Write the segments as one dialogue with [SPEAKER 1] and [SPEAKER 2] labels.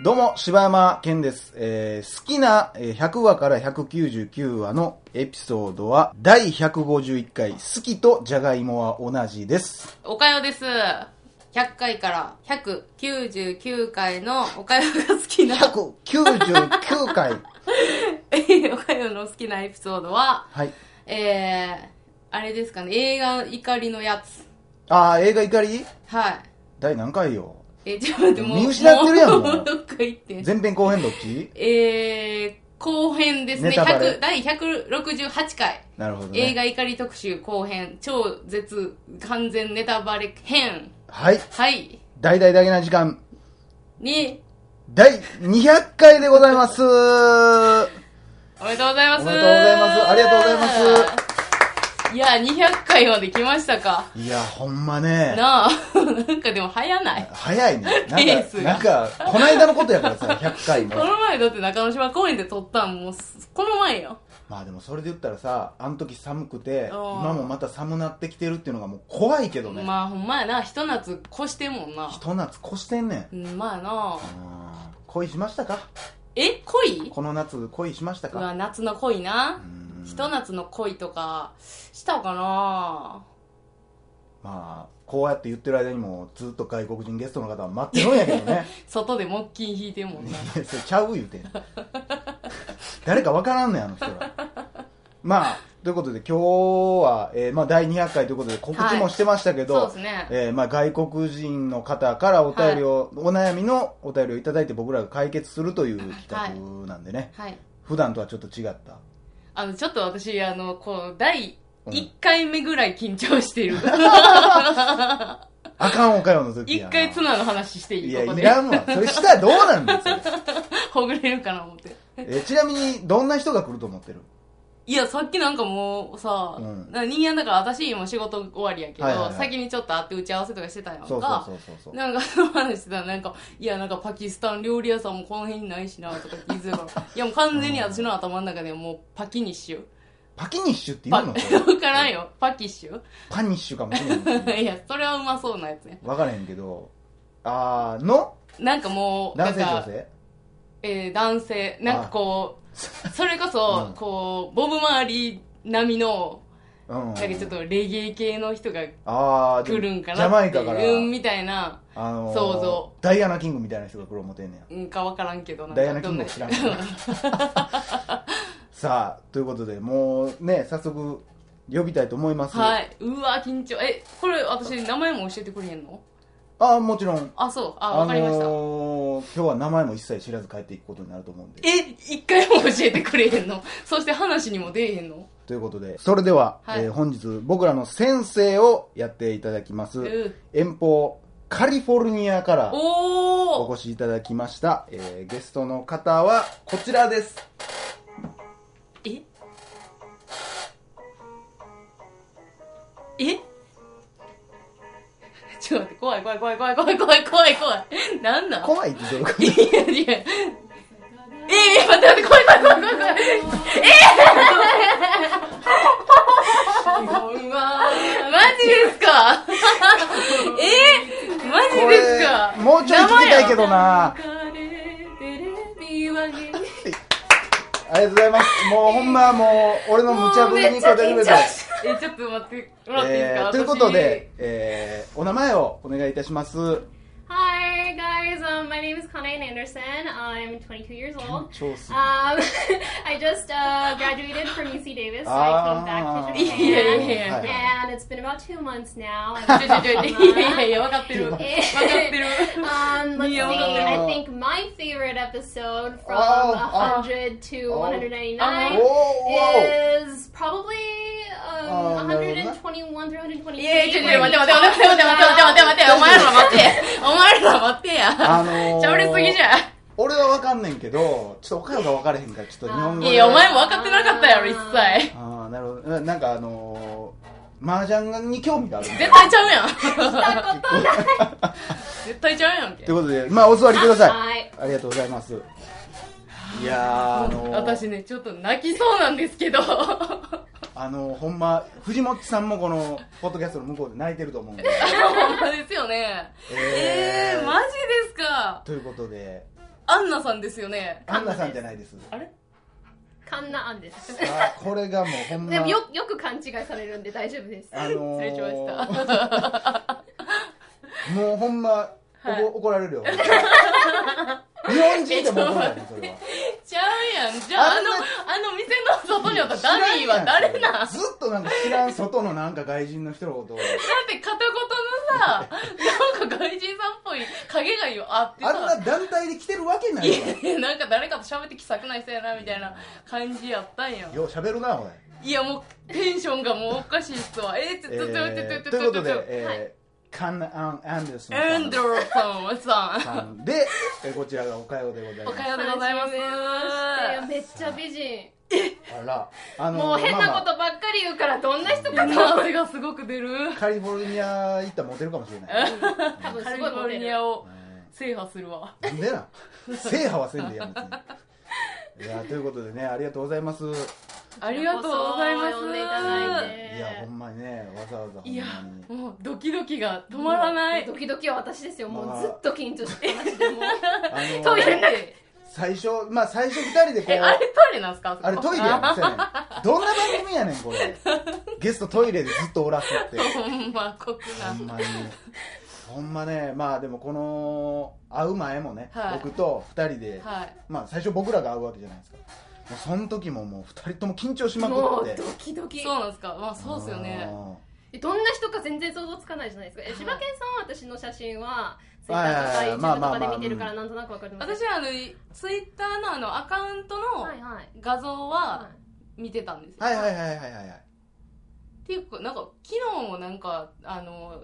[SPEAKER 1] どうも、柴山健です。えー好きなえー100話から199話のエピソードは、第151回、好きとじゃがいもは同じです。
[SPEAKER 2] おかよです。100回から199回のおかよが好きな、
[SPEAKER 1] 199回
[SPEAKER 2] おかよの好きなエピソードは、
[SPEAKER 1] はい。
[SPEAKER 2] えー、あれですかね、映画怒りのやつ。
[SPEAKER 1] あー、映画怒り
[SPEAKER 2] はい。
[SPEAKER 1] 第何回よ
[SPEAKER 2] えー、ちょっと待って、もう。
[SPEAKER 1] 見失ってるやん
[SPEAKER 2] も
[SPEAKER 1] もう
[SPEAKER 2] うどっか行って。
[SPEAKER 1] 前編後編どっち
[SPEAKER 2] えー、後編ですね。
[SPEAKER 1] ネタバレ
[SPEAKER 2] 100第168回。
[SPEAKER 1] なるほどね。
[SPEAKER 2] 映画怒り特集後編。超絶完全ネタバレ編。
[SPEAKER 1] はい。
[SPEAKER 2] はい。
[SPEAKER 1] 大々だけな時間、
[SPEAKER 2] に、
[SPEAKER 1] 第200回でござい ます。
[SPEAKER 2] おめでとうございます。。
[SPEAKER 1] おめでとうございますありがとうございます
[SPEAKER 2] いや、200回まで来ましたか。
[SPEAKER 1] いや、ほんまね。
[SPEAKER 2] なあ、 なんかでも早ない。
[SPEAKER 1] 早いね。なん
[SPEAKER 2] ペース
[SPEAKER 1] か、
[SPEAKER 2] が
[SPEAKER 1] なんか、こないだのことやからさ、100回
[SPEAKER 2] こ
[SPEAKER 1] も。
[SPEAKER 2] の前だって中之島公園で撮ったんもうす、この前よ。
[SPEAKER 1] まあでもそれで言ったらさ、あの時寒くて、
[SPEAKER 2] ん
[SPEAKER 1] 今もまた寒なってきてるっていうのがもう怖いけどね。
[SPEAKER 2] まあほんまやな、ひと夏越してんもんな。
[SPEAKER 1] ひと夏越してんねん。う
[SPEAKER 2] うん、まあな。
[SPEAKER 1] ーん恋しましたか
[SPEAKER 2] え、恋
[SPEAKER 1] この夏恋しました
[SPEAKER 2] う
[SPEAKER 1] か
[SPEAKER 2] わ、夏の恋な
[SPEAKER 1] うー。ん
[SPEAKER 2] ひと夏の恋とか、したかな
[SPEAKER 1] まあ、こうやって言ってる間にもずっと外国人ゲストの方は待ってるんやけど ね。
[SPEAKER 2] 外で木琴弾いてんもん
[SPEAKER 1] いや
[SPEAKER 2] な。
[SPEAKER 1] それちゃう言うてん誰かわからんねんあの人らまあということで今日は、えーまあ、第200回ということで告知もしてましたけど、
[SPEAKER 2] そうですね。
[SPEAKER 1] えーまあ、外国人の方からお便りを、お悩みのお便りをいただいて僕らが解決するという企画なんでね、
[SPEAKER 2] はい。
[SPEAKER 1] 普段とはちょっと違った
[SPEAKER 2] あの、ちょっと私、あの、こう、第1回目ぐらい緊張してる。
[SPEAKER 1] あかんおかよの時
[SPEAKER 2] 一
[SPEAKER 1] やな
[SPEAKER 2] 回ツナの話してい
[SPEAKER 1] い
[SPEAKER 2] い
[SPEAKER 1] や
[SPEAKER 2] ここ
[SPEAKER 1] い
[SPEAKER 2] で
[SPEAKER 1] ら。んわそれしたらどうなんですよ、
[SPEAKER 2] ほぐれるかな思って。
[SPEAKER 1] えーちなみにどんな人が来ると思ってる
[SPEAKER 2] いや、さっきなんかもうさ、
[SPEAKER 1] うん
[SPEAKER 2] な人間だから私今仕事終わりやけど、
[SPEAKER 1] はいはいはい
[SPEAKER 2] 先にちょっと会って打ち合わせとかしてたやんか。
[SPEAKER 1] そうそうそうそうそう
[SPEAKER 2] なんかその話してたらなんか、いやなんかパキスタン料理屋さんもこの辺にないしなとか言いづら から、いやもう完全に私の頭の中ではもうパキニッシュ。
[SPEAKER 1] パキニッシュって言
[SPEAKER 2] パ、
[SPEAKER 1] うの
[SPEAKER 2] わ
[SPEAKER 1] それ
[SPEAKER 2] からんよ。パキッシュ
[SPEAKER 1] パニッシュかもしれない
[SPEAKER 2] いや、それはうまそうなやつね。
[SPEAKER 1] 分からへんけどあーの
[SPEAKER 2] なんかもう、
[SPEAKER 1] 男性
[SPEAKER 2] なんか
[SPEAKER 1] 女性
[SPEAKER 2] えー男性なんかこうそれこそ、
[SPEAKER 1] うん
[SPEAKER 2] こうボブ・マーリー並みの
[SPEAKER 1] うん
[SPEAKER 2] なんかちょっとレゲエ系の人が
[SPEAKER 1] あーでも
[SPEAKER 2] 来るんか
[SPEAKER 1] ジャマ
[SPEAKER 2] なっ
[SPEAKER 1] イ
[SPEAKER 2] て
[SPEAKER 1] カから、
[SPEAKER 2] いうみたいな
[SPEAKER 1] あのー
[SPEAKER 2] 想像
[SPEAKER 1] ダイアナ・キングみたいな人が来る思てんねや
[SPEAKER 2] うんかわからんけどなん
[SPEAKER 1] ダイア
[SPEAKER 2] か
[SPEAKER 1] ナ・キ
[SPEAKER 2] ど
[SPEAKER 1] ン
[SPEAKER 2] ん
[SPEAKER 1] グ
[SPEAKER 2] な
[SPEAKER 1] を知らんから さあということでもうね早速呼びたいと思います、
[SPEAKER 2] はいいうわ緊張えこれ私名前も教えてくれへんの
[SPEAKER 1] ああもちろん
[SPEAKER 2] あそうあわかりました、
[SPEAKER 1] のー今日は名前も一切知らず帰っていくことになると思うんで
[SPEAKER 2] え一回も教えてくれへんの そして話にも出えへんの
[SPEAKER 1] ということでそれでは、
[SPEAKER 2] はい
[SPEAKER 1] えー本日僕らの先生をやっていただきます、
[SPEAKER 2] うん
[SPEAKER 1] 遠方カリフォルニアから
[SPEAKER 2] おお
[SPEAKER 1] お越しいただきました、えーゲストの方はこちらです
[SPEAKER 2] ええ ちょっと待って怖い怖い怖い怖い怖い怖い怖い怖い なんなん
[SPEAKER 1] 怖いってどういうこ
[SPEAKER 2] いやいやええ待って待って怖い怖い怖い怖い怖いええマジですかえマ
[SPEAKER 1] と
[SPEAKER 2] ジですか
[SPEAKER 1] これもうちょい聞きたいけどなありがとうございますもうほんまもう俺の無茶ぶりに答えてくれて
[SPEAKER 2] えちょっと待ってもらっていいです
[SPEAKER 1] え
[SPEAKER 2] か、
[SPEAKER 1] ーということで、えーお名前をお願いいたします
[SPEAKER 3] Hi guys, um, my name is Kanae Anderson. I'm 22 years old.
[SPEAKER 1] 超すごい
[SPEAKER 3] Um, I just uh, graduated from UC Davis, so
[SPEAKER 1] Ah.
[SPEAKER 3] I came
[SPEAKER 2] ー
[SPEAKER 3] back to Japan.
[SPEAKER 2] いやいやいや
[SPEAKER 1] はい
[SPEAKER 3] And it's been about two months now.
[SPEAKER 2] 私ちょちょちょいやいやいや分かってる分かってる
[SPEAKER 3] um, let's see.
[SPEAKER 2] Yeah,
[SPEAKER 3] I think my favorite episode from
[SPEAKER 1] Oh, oh,
[SPEAKER 3] 100 to
[SPEAKER 1] oh.
[SPEAKER 3] 199
[SPEAKER 1] Oh,
[SPEAKER 3] is probably
[SPEAKER 1] Oh,
[SPEAKER 3] um, 121 through 123.
[SPEAKER 2] いやいやちょちょ待って待って待って待って待って待って待って待ってお前ら待ってお前ら待ってや
[SPEAKER 1] あのー
[SPEAKER 2] しゃべりすぎじゃ
[SPEAKER 1] 俺は分かんねんけどちょっと岡山が分からへんからちょっと日本語
[SPEAKER 2] ん
[SPEAKER 1] で
[SPEAKER 2] いやお前も分かってなかったやろ一切
[SPEAKER 1] ああなるほどななんかあのー、麻雀に興味がある
[SPEAKER 2] 絶対ちゃうやん
[SPEAKER 3] したことない
[SPEAKER 2] 絶対ちゃうやんけ
[SPEAKER 1] ということでまあお座りください
[SPEAKER 3] はい
[SPEAKER 1] ありがとうございますいやーあのー、
[SPEAKER 2] 私ねちょっと泣きそうなんですけどほ
[SPEAKER 1] あのほんま藤本さんもこのポッドキャストの向こうで泣いてると思うんで
[SPEAKER 2] んまですよね
[SPEAKER 1] えー
[SPEAKER 2] えーマジですか
[SPEAKER 1] ということで
[SPEAKER 2] アンナさんですよね。
[SPEAKER 1] アンナさんじゃないです。
[SPEAKER 2] あれ
[SPEAKER 3] カンナアンです。
[SPEAKER 1] あこれがもうほんま。
[SPEAKER 3] でもよよく勘違いされるんで大丈夫です。
[SPEAKER 1] あのー
[SPEAKER 2] 失礼しました。
[SPEAKER 1] もうほんま、お
[SPEAKER 2] はい
[SPEAKER 1] こ怒られるよ。日本人でも怒られるよ、それは。
[SPEAKER 2] ちゃうやん。じゃあ、あの、あの店の外におったダディは誰なんだっ
[SPEAKER 1] ずっとなんか知らん外のなんか外人の人のことを。
[SPEAKER 2] て片言のさ、なんか外人さんっぽい影がよあって
[SPEAKER 1] あんな
[SPEAKER 2] さ。
[SPEAKER 1] 団体で来てるわけないわ。
[SPEAKER 2] いやなんか誰かと喋って気さくない人やなみたいな感じやったんや
[SPEAKER 1] よう喋るな、おい。
[SPEAKER 2] いやもうテンションがもうおかしいっすわえー、ちょ
[SPEAKER 1] え
[SPEAKER 2] ちょちょちょ
[SPEAKER 1] ー
[SPEAKER 2] ちょ
[SPEAKER 1] ということ
[SPEAKER 2] ちょ
[SPEAKER 1] で、
[SPEAKER 3] は
[SPEAKER 1] えー、カンナ・アン・アンデス
[SPEAKER 2] エンド
[SPEAKER 1] ン
[SPEAKER 2] ロさんさ
[SPEAKER 1] さんで、えーこちらがおかようでござい
[SPEAKER 2] んお
[SPEAKER 1] ま
[SPEAKER 2] か
[SPEAKER 1] す。
[SPEAKER 2] ようでございます
[SPEAKER 3] はじめましてめっちゃ美人。
[SPEAKER 1] あら、あのー
[SPEAKER 3] もう変な
[SPEAKER 1] まあ
[SPEAKER 3] こ
[SPEAKER 1] まあ
[SPEAKER 3] とばっかり言うからどんな人かな。
[SPEAKER 2] 汗がすごく出る
[SPEAKER 1] カリフォルニア行ったらモテるかもしれない。
[SPEAKER 3] 多分
[SPEAKER 2] カ
[SPEAKER 3] す
[SPEAKER 2] リ
[SPEAKER 3] ご
[SPEAKER 2] フ
[SPEAKER 3] いモ
[SPEAKER 2] ォ
[SPEAKER 3] テ
[SPEAKER 2] ルニ
[SPEAKER 3] る。
[SPEAKER 2] アを
[SPEAKER 1] うん
[SPEAKER 2] 制覇するわ
[SPEAKER 1] なんでなん制覇はせんでやん別にいやということでねありがとうございますい
[SPEAKER 2] ありがとうございます
[SPEAKER 3] 呼んでいただいて。
[SPEAKER 1] やほんまにねわざわざほんま
[SPEAKER 2] い
[SPEAKER 1] に
[SPEAKER 2] やもうドキドキが止まらない
[SPEAKER 3] ドキドキは私ですよ。も
[SPEAKER 1] まあ
[SPEAKER 3] うずっと緊張してましてもう
[SPEAKER 1] あの
[SPEAKER 3] トイレ
[SPEAKER 2] え
[SPEAKER 1] 最初まあ最初2人でこう
[SPEAKER 2] えあれトイレなんすかそこ
[SPEAKER 1] あれトイレやねんそうやねんどんな番組やねんこれゲストトイレでずっとおらすって
[SPEAKER 2] ほんま酷
[SPEAKER 1] ほん
[SPEAKER 2] な
[SPEAKER 1] まにほんまねまあでもこの会う前もね、
[SPEAKER 2] はい
[SPEAKER 1] 僕と2人で、
[SPEAKER 2] はい
[SPEAKER 1] まあ最初僕らが会うわけじゃないですかもうその時ももう2人とも緊張しま
[SPEAKER 3] も
[SPEAKER 1] くっ
[SPEAKER 3] う
[SPEAKER 1] て
[SPEAKER 3] ドキドキ。
[SPEAKER 2] そうなんですかまあそうっすよね
[SPEAKER 1] うん
[SPEAKER 3] どんな人か全然想像つかないじゃないですか。え柴犬さんは私の写真はツイッ
[SPEAKER 1] はい
[SPEAKER 3] タ
[SPEAKER 1] はいはい
[SPEAKER 3] ーと
[SPEAKER 1] ま
[SPEAKER 3] か
[SPEAKER 1] あ
[SPEAKER 3] YouTube と
[SPEAKER 1] まあ
[SPEAKER 3] かで見てる
[SPEAKER 1] ま
[SPEAKER 3] か
[SPEAKER 1] あ
[SPEAKER 3] らなんとなくわかります。
[SPEAKER 2] 私はあのツイッターのあのアカウントの
[SPEAKER 3] はいはい。
[SPEAKER 2] 画像は
[SPEAKER 3] は
[SPEAKER 2] 見てたんですよ、
[SPEAKER 1] はいはいはいはいはいはい
[SPEAKER 2] っていうかなんか昨日もなんかあの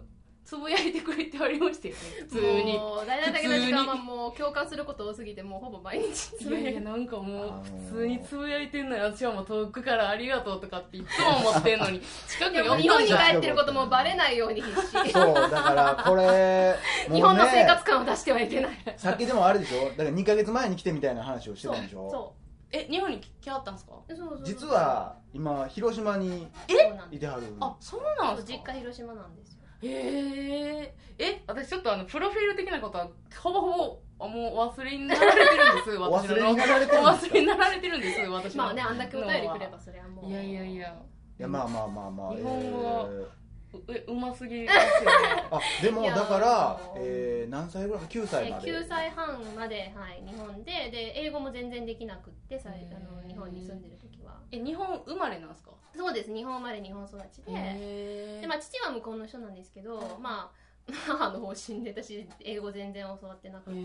[SPEAKER 2] つぶやいてくれてあり ましたよね普通に
[SPEAKER 3] もう大々的な時間はもう共感すること多すぎてもうほぼ毎日
[SPEAKER 2] いやいやなんかも
[SPEAKER 1] あのー
[SPEAKER 2] う普通につぶやいてんのよ私はもう遠くからありがとうとかっていつも思ってん のに近く
[SPEAKER 3] で
[SPEAKER 2] に
[SPEAKER 3] も
[SPEAKER 2] お
[SPEAKER 3] う
[SPEAKER 2] っ
[SPEAKER 3] 日
[SPEAKER 2] た
[SPEAKER 3] 本
[SPEAKER 2] ん
[SPEAKER 3] に
[SPEAKER 2] じゃん
[SPEAKER 3] 帰ってることもバレないように必死
[SPEAKER 1] そうだからこれ
[SPEAKER 3] 日
[SPEAKER 1] もう
[SPEAKER 3] 本の生活感を出してはいけない
[SPEAKER 1] さっきでもあれでしょだから2ヶ月前に来てみたいな話をしてたんでしょ
[SPEAKER 3] そ
[SPEAKER 2] え日本に来はったんですか
[SPEAKER 3] うそうそうそう
[SPEAKER 1] 実は今広島に
[SPEAKER 3] そうなん
[SPEAKER 1] い
[SPEAKER 3] です
[SPEAKER 1] てはる
[SPEAKER 2] あそうなんです
[SPEAKER 3] 実
[SPEAKER 2] か
[SPEAKER 3] 家広島なんですよ
[SPEAKER 2] へええ私ちょっとあのプロフィール的なことはほぼほぼもうお忘れになられてるんです
[SPEAKER 1] お
[SPEAKER 2] 私
[SPEAKER 1] 忘
[SPEAKER 2] の
[SPEAKER 1] れになられてる
[SPEAKER 2] お
[SPEAKER 1] んです
[SPEAKER 2] 忘
[SPEAKER 1] か
[SPEAKER 2] れ
[SPEAKER 1] い
[SPEAKER 2] になられてるんです私の
[SPEAKER 3] まあねあんだけお便りくればそれはもう
[SPEAKER 2] い
[SPEAKER 3] い
[SPEAKER 2] やいやいや
[SPEAKER 1] やまあまあまあまあ
[SPEAKER 2] 日本語
[SPEAKER 1] えー
[SPEAKER 2] うえうますぎですよね
[SPEAKER 1] あでも
[SPEAKER 3] いやー
[SPEAKER 1] だから、えー、何歳ぐらい9歳まで
[SPEAKER 3] 9歳半まで、はい、日本でで英語も全然できなくってさいあ
[SPEAKER 2] へ
[SPEAKER 3] の
[SPEAKER 2] ー
[SPEAKER 3] 日本に住んでる時は
[SPEAKER 2] え日本生まれなんですか
[SPEAKER 3] そうです日本生まれ日本育ちで
[SPEAKER 2] へ
[SPEAKER 3] で、まあ、父は向こうの人なんですけど、まあ、 母の方針で私英語全然教わってなくって、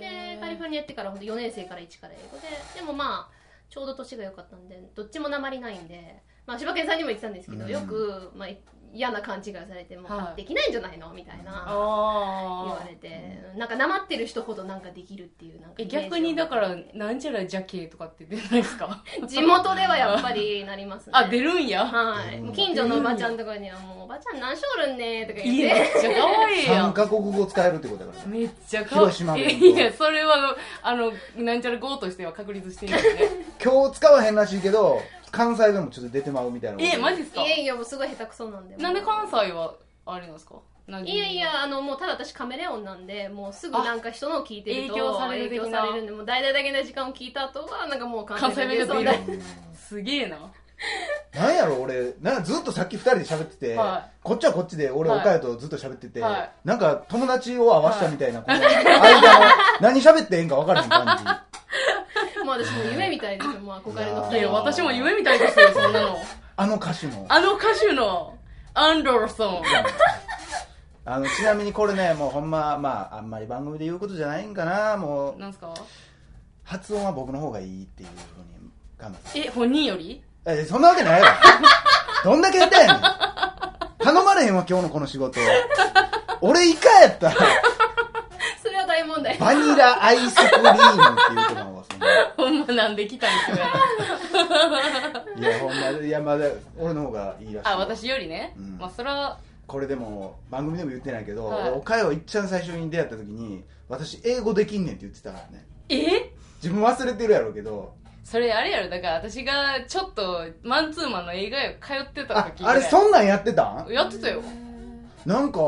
[SPEAKER 3] でカリフォルニア行ってから本当4年生から1から英語ででもまあちょうど年が良かったんでどっちもなまりないんで、まあ、柴犬さんにも言ってたんですけど、
[SPEAKER 1] うん
[SPEAKER 3] よく、まあ、嫌な勘違いをされても、
[SPEAKER 2] はい
[SPEAKER 3] できないんじゃないのみたいな言
[SPEAKER 2] あ
[SPEAKER 3] われてなんかなまってる人ほどなんかできるっていうなんか
[SPEAKER 2] え
[SPEAKER 3] イメージを
[SPEAKER 2] 逆にだからなんちゃらジャケとかって出ないです か
[SPEAKER 3] 地元ではやっぱりなりますね
[SPEAKER 2] あ出るんや
[SPEAKER 3] はい、もう近所のおばちゃんとかには「もうおばちゃん何しおるんね」とか言っ
[SPEAKER 2] いい
[SPEAKER 3] て
[SPEAKER 2] やめっちゃ可愛いや
[SPEAKER 1] 3
[SPEAKER 2] ん
[SPEAKER 1] カ国語使えるってことだからね
[SPEAKER 2] めっちゃ可愛い
[SPEAKER 1] 広島弁
[SPEAKER 2] いやそれはあのなんちゃら GO としては確立してるんですね
[SPEAKER 1] 今日使わへんらしいけど関西でもちょっと出てまうみたいな
[SPEAKER 2] えマジっすか
[SPEAKER 3] いやいやもうすごい下手くそなんで
[SPEAKER 2] なんで関
[SPEAKER 3] 西
[SPEAKER 2] 西はあれなんですか何
[SPEAKER 3] いやいやあのもうただ私カメレオンなんでもうすぐなんか人のを聞いてると
[SPEAKER 2] 影響される的な
[SPEAKER 3] 影響されるんでもう大々的な時間を聞いた後はなんかもう
[SPEAKER 2] 関西弁が出
[SPEAKER 3] で
[SPEAKER 2] るすげえな
[SPEAKER 1] なんやろ俺なんずっとさっき2人で喋ってて、
[SPEAKER 2] は
[SPEAKER 1] こっちはこっちで俺、
[SPEAKER 2] はい
[SPEAKER 1] 岡谷とずっと喋ってて、
[SPEAKER 2] はい
[SPEAKER 1] なんか友達を合わせたみたい な、この間の何喋ってええんか分からへん感じ
[SPEAKER 3] もう私もう夢みたいですよもう憧れの
[SPEAKER 2] い
[SPEAKER 3] 二
[SPEAKER 2] や
[SPEAKER 3] 人
[SPEAKER 1] わ
[SPEAKER 2] 私も夢みたいですよそんなの
[SPEAKER 1] あの歌手の
[SPEAKER 2] あの歌手のアンドロソン
[SPEAKER 1] あのちなみにこれねもうほんままああんまり番組で言うことじゃないんかなもう
[SPEAKER 2] なんすか
[SPEAKER 1] 発音は僕の方がいいっていうふうに頑張って
[SPEAKER 2] え本人より
[SPEAKER 1] えそんなわけないわ どんだけやったんやねん頼まれへんわ今日のこの仕事俺イカやったら
[SPEAKER 3] それは大問題
[SPEAKER 1] バニラアイスクリームって言うてまうわそんな
[SPEAKER 2] ほんまなんで来たんですよ
[SPEAKER 1] いやほんまいやまだ俺の方がいいらしい
[SPEAKER 2] あ私よりね、
[SPEAKER 1] うん
[SPEAKER 2] まあそれは
[SPEAKER 1] これでも番組でも言ってないけど、
[SPEAKER 2] はい
[SPEAKER 1] 俺おかよいっちゃん最初に出会った時に私英語できんねんって言ってたからね
[SPEAKER 2] え
[SPEAKER 1] 自分忘れてるやろうけど
[SPEAKER 2] それあれやろだから私がちょっとマンツーマンの映画を通ってた
[SPEAKER 1] あ
[SPEAKER 2] 時ぐら
[SPEAKER 1] あ
[SPEAKER 2] い
[SPEAKER 1] れそんなんやってたん
[SPEAKER 2] やってたよ
[SPEAKER 1] なんか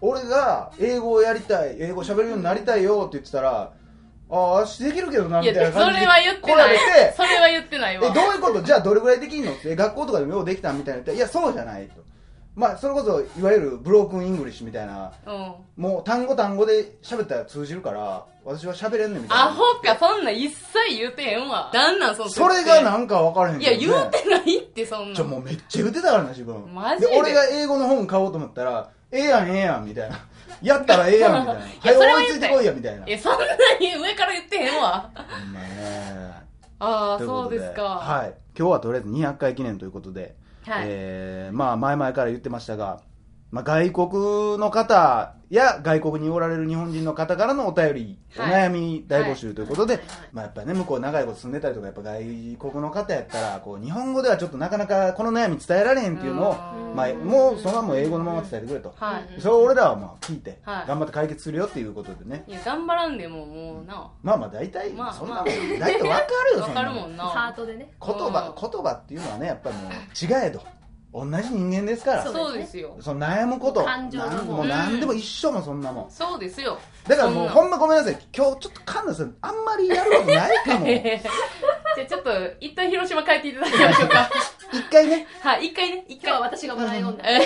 [SPEAKER 1] 俺が英語をやりたい英語喋るようになりたいよって言ってたらああ、足できるけどな、
[SPEAKER 2] い
[SPEAKER 1] み
[SPEAKER 2] や、
[SPEAKER 1] たいな
[SPEAKER 2] そ
[SPEAKER 1] 感じで
[SPEAKER 2] れは言って
[SPEAKER 1] 来
[SPEAKER 2] な
[SPEAKER 1] ら
[SPEAKER 2] い
[SPEAKER 1] れて、。
[SPEAKER 2] それは言ってない
[SPEAKER 1] え、
[SPEAKER 2] わ。
[SPEAKER 1] どういうことじゃあどれぐらいできんのって、学校とかでもようできたみたいな言ったらいや、そうじゃないと。まあ、それこそ、いわゆるブロークンイングリッシュみたいな、
[SPEAKER 2] うん。
[SPEAKER 1] もう単語単語で喋ったら通じるから、私は喋れんねんみたいな。
[SPEAKER 2] アホか、そんなん一切言うてへんわ。なんなん、その設
[SPEAKER 1] そ
[SPEAKER 2] 定
[SPEAKER 1] れがなんか分からへんけ
[SPEAKER 2] い
[SPEAKER 1] ど、
[SPEAKER 2] や、
[SPEAKER 1] ね。
[SPEAKER 2] 言うてないって、そん
[SPEAKER 1] ち
[SPEAKER 2] な
[SPEAKER 1] ょ、
[SPEAKER 2] ん。
[SPEAKER 1] もうめっちゃ言ってたからな、自分。
[SPEAKER 2] マジで
[SPEAKER 1] 俺が英語の本買おうと思ったら、ええやん、ええやん、みたいな。やったらええやん、みたい な。
[SPEAKER 2] やそれ
[SPEAKER 1] 早
[SPEAKER 2] は
[SPEAKER 1] 追いついてこいや、みたいな。
[SPEAKER 2] え、そんなに上から言ってへんわ。
[SPEAKER 1] ほんまね
[SPEAKER 2] ああ、
[SPEAKER 1] というこ
[SPEAKER 2] そ
[SPEAKER 1] と
[SPEAKER 2] うですか。
[SPEAKER 1] はい。今日はとりあえず200回記念ということで、
[SPEAKER 2] はい
[SPEAKER 1] えーまあ前々から言ってましたが、まあ、外国の方や外国におられる日本人の方からのお便り、
[SPEAKER 2] はい
[SPEAKER 1] お悩み大募集ということで、
[SPEAKER 3] はいはいはい
[SPEAKER 1] まあやっぱね、向こう長いこと住んでたりとか、やっぱ外国の方やったら、こう日本語ではちょっとなかなかこの悩み伝えられへんっていうのを、
[SPEAKER 2] うん
[SPEAKER 1] まあもうそのまま英語のまま伝えてくれと。
[SPEAKER 2] は
[SPEAKER 3] うん
[SPEAKER 2] い。
[SPEAKER 1] それを俺らはまあ聞いて、
[SPEAKER 2] はい
[SPEAKER 1] 頑張って解決するよっていうことでね。
[SPEAKER 2] いや、頑張らんでも、もうな。
[SPEAKER 1] まあまあ大体、
[SPEAKER 2] まあ
[SPEAKER 1] そんなもん、大体わかるよ、そ
[SPEAKER 2] わ
[SPEAKER 1] ん
[SPEAKER 2] か
[SPEAKER 1] なん
[SPEAKER 2] るもん
[SPEAKER 3] ハー
[SPEAKER 2] な。
[SPEAKER 3] トでね
[SPEAKER 1] 言葉、言葉っていうのはねやっぱりもう違えど同じ人間ですから
[SPEAKER 3] そ
[SPEAKER 1] そ,、
[SPEAKER 3] う
[SPEAKER 2] そうですよ。
[SPEAKER 1] の悩むこと
[SPEAKER 3] 感情の
[SPEAKER 1] なん
[SPEAKER 3] もう
[SPEAKER 1] もう
[SPEAKER 2] うん
[SPEAKER 1] 何でも一緒もそんなもん
[SPEAKER 2] そうですよ。
[SPEAKER 1] だからもう
[SPEAKER 2] そんな
[SPEAKER 1] ほんまごめんなさい今日ちょっと神田さんあんまりやることない かも一
[SPEAKER 2] じゃあちょっと、一旦広島帰っていただきましょう か。
[SPEAKER 1] 回ね
[SPEAKER 2] はい、一回ね、一
[SPEAKER 3] 今日は
[SPEAKER 2] 回。
[SPEAKER 3] 私がもらい飲んだ
[SPEAKER 2] え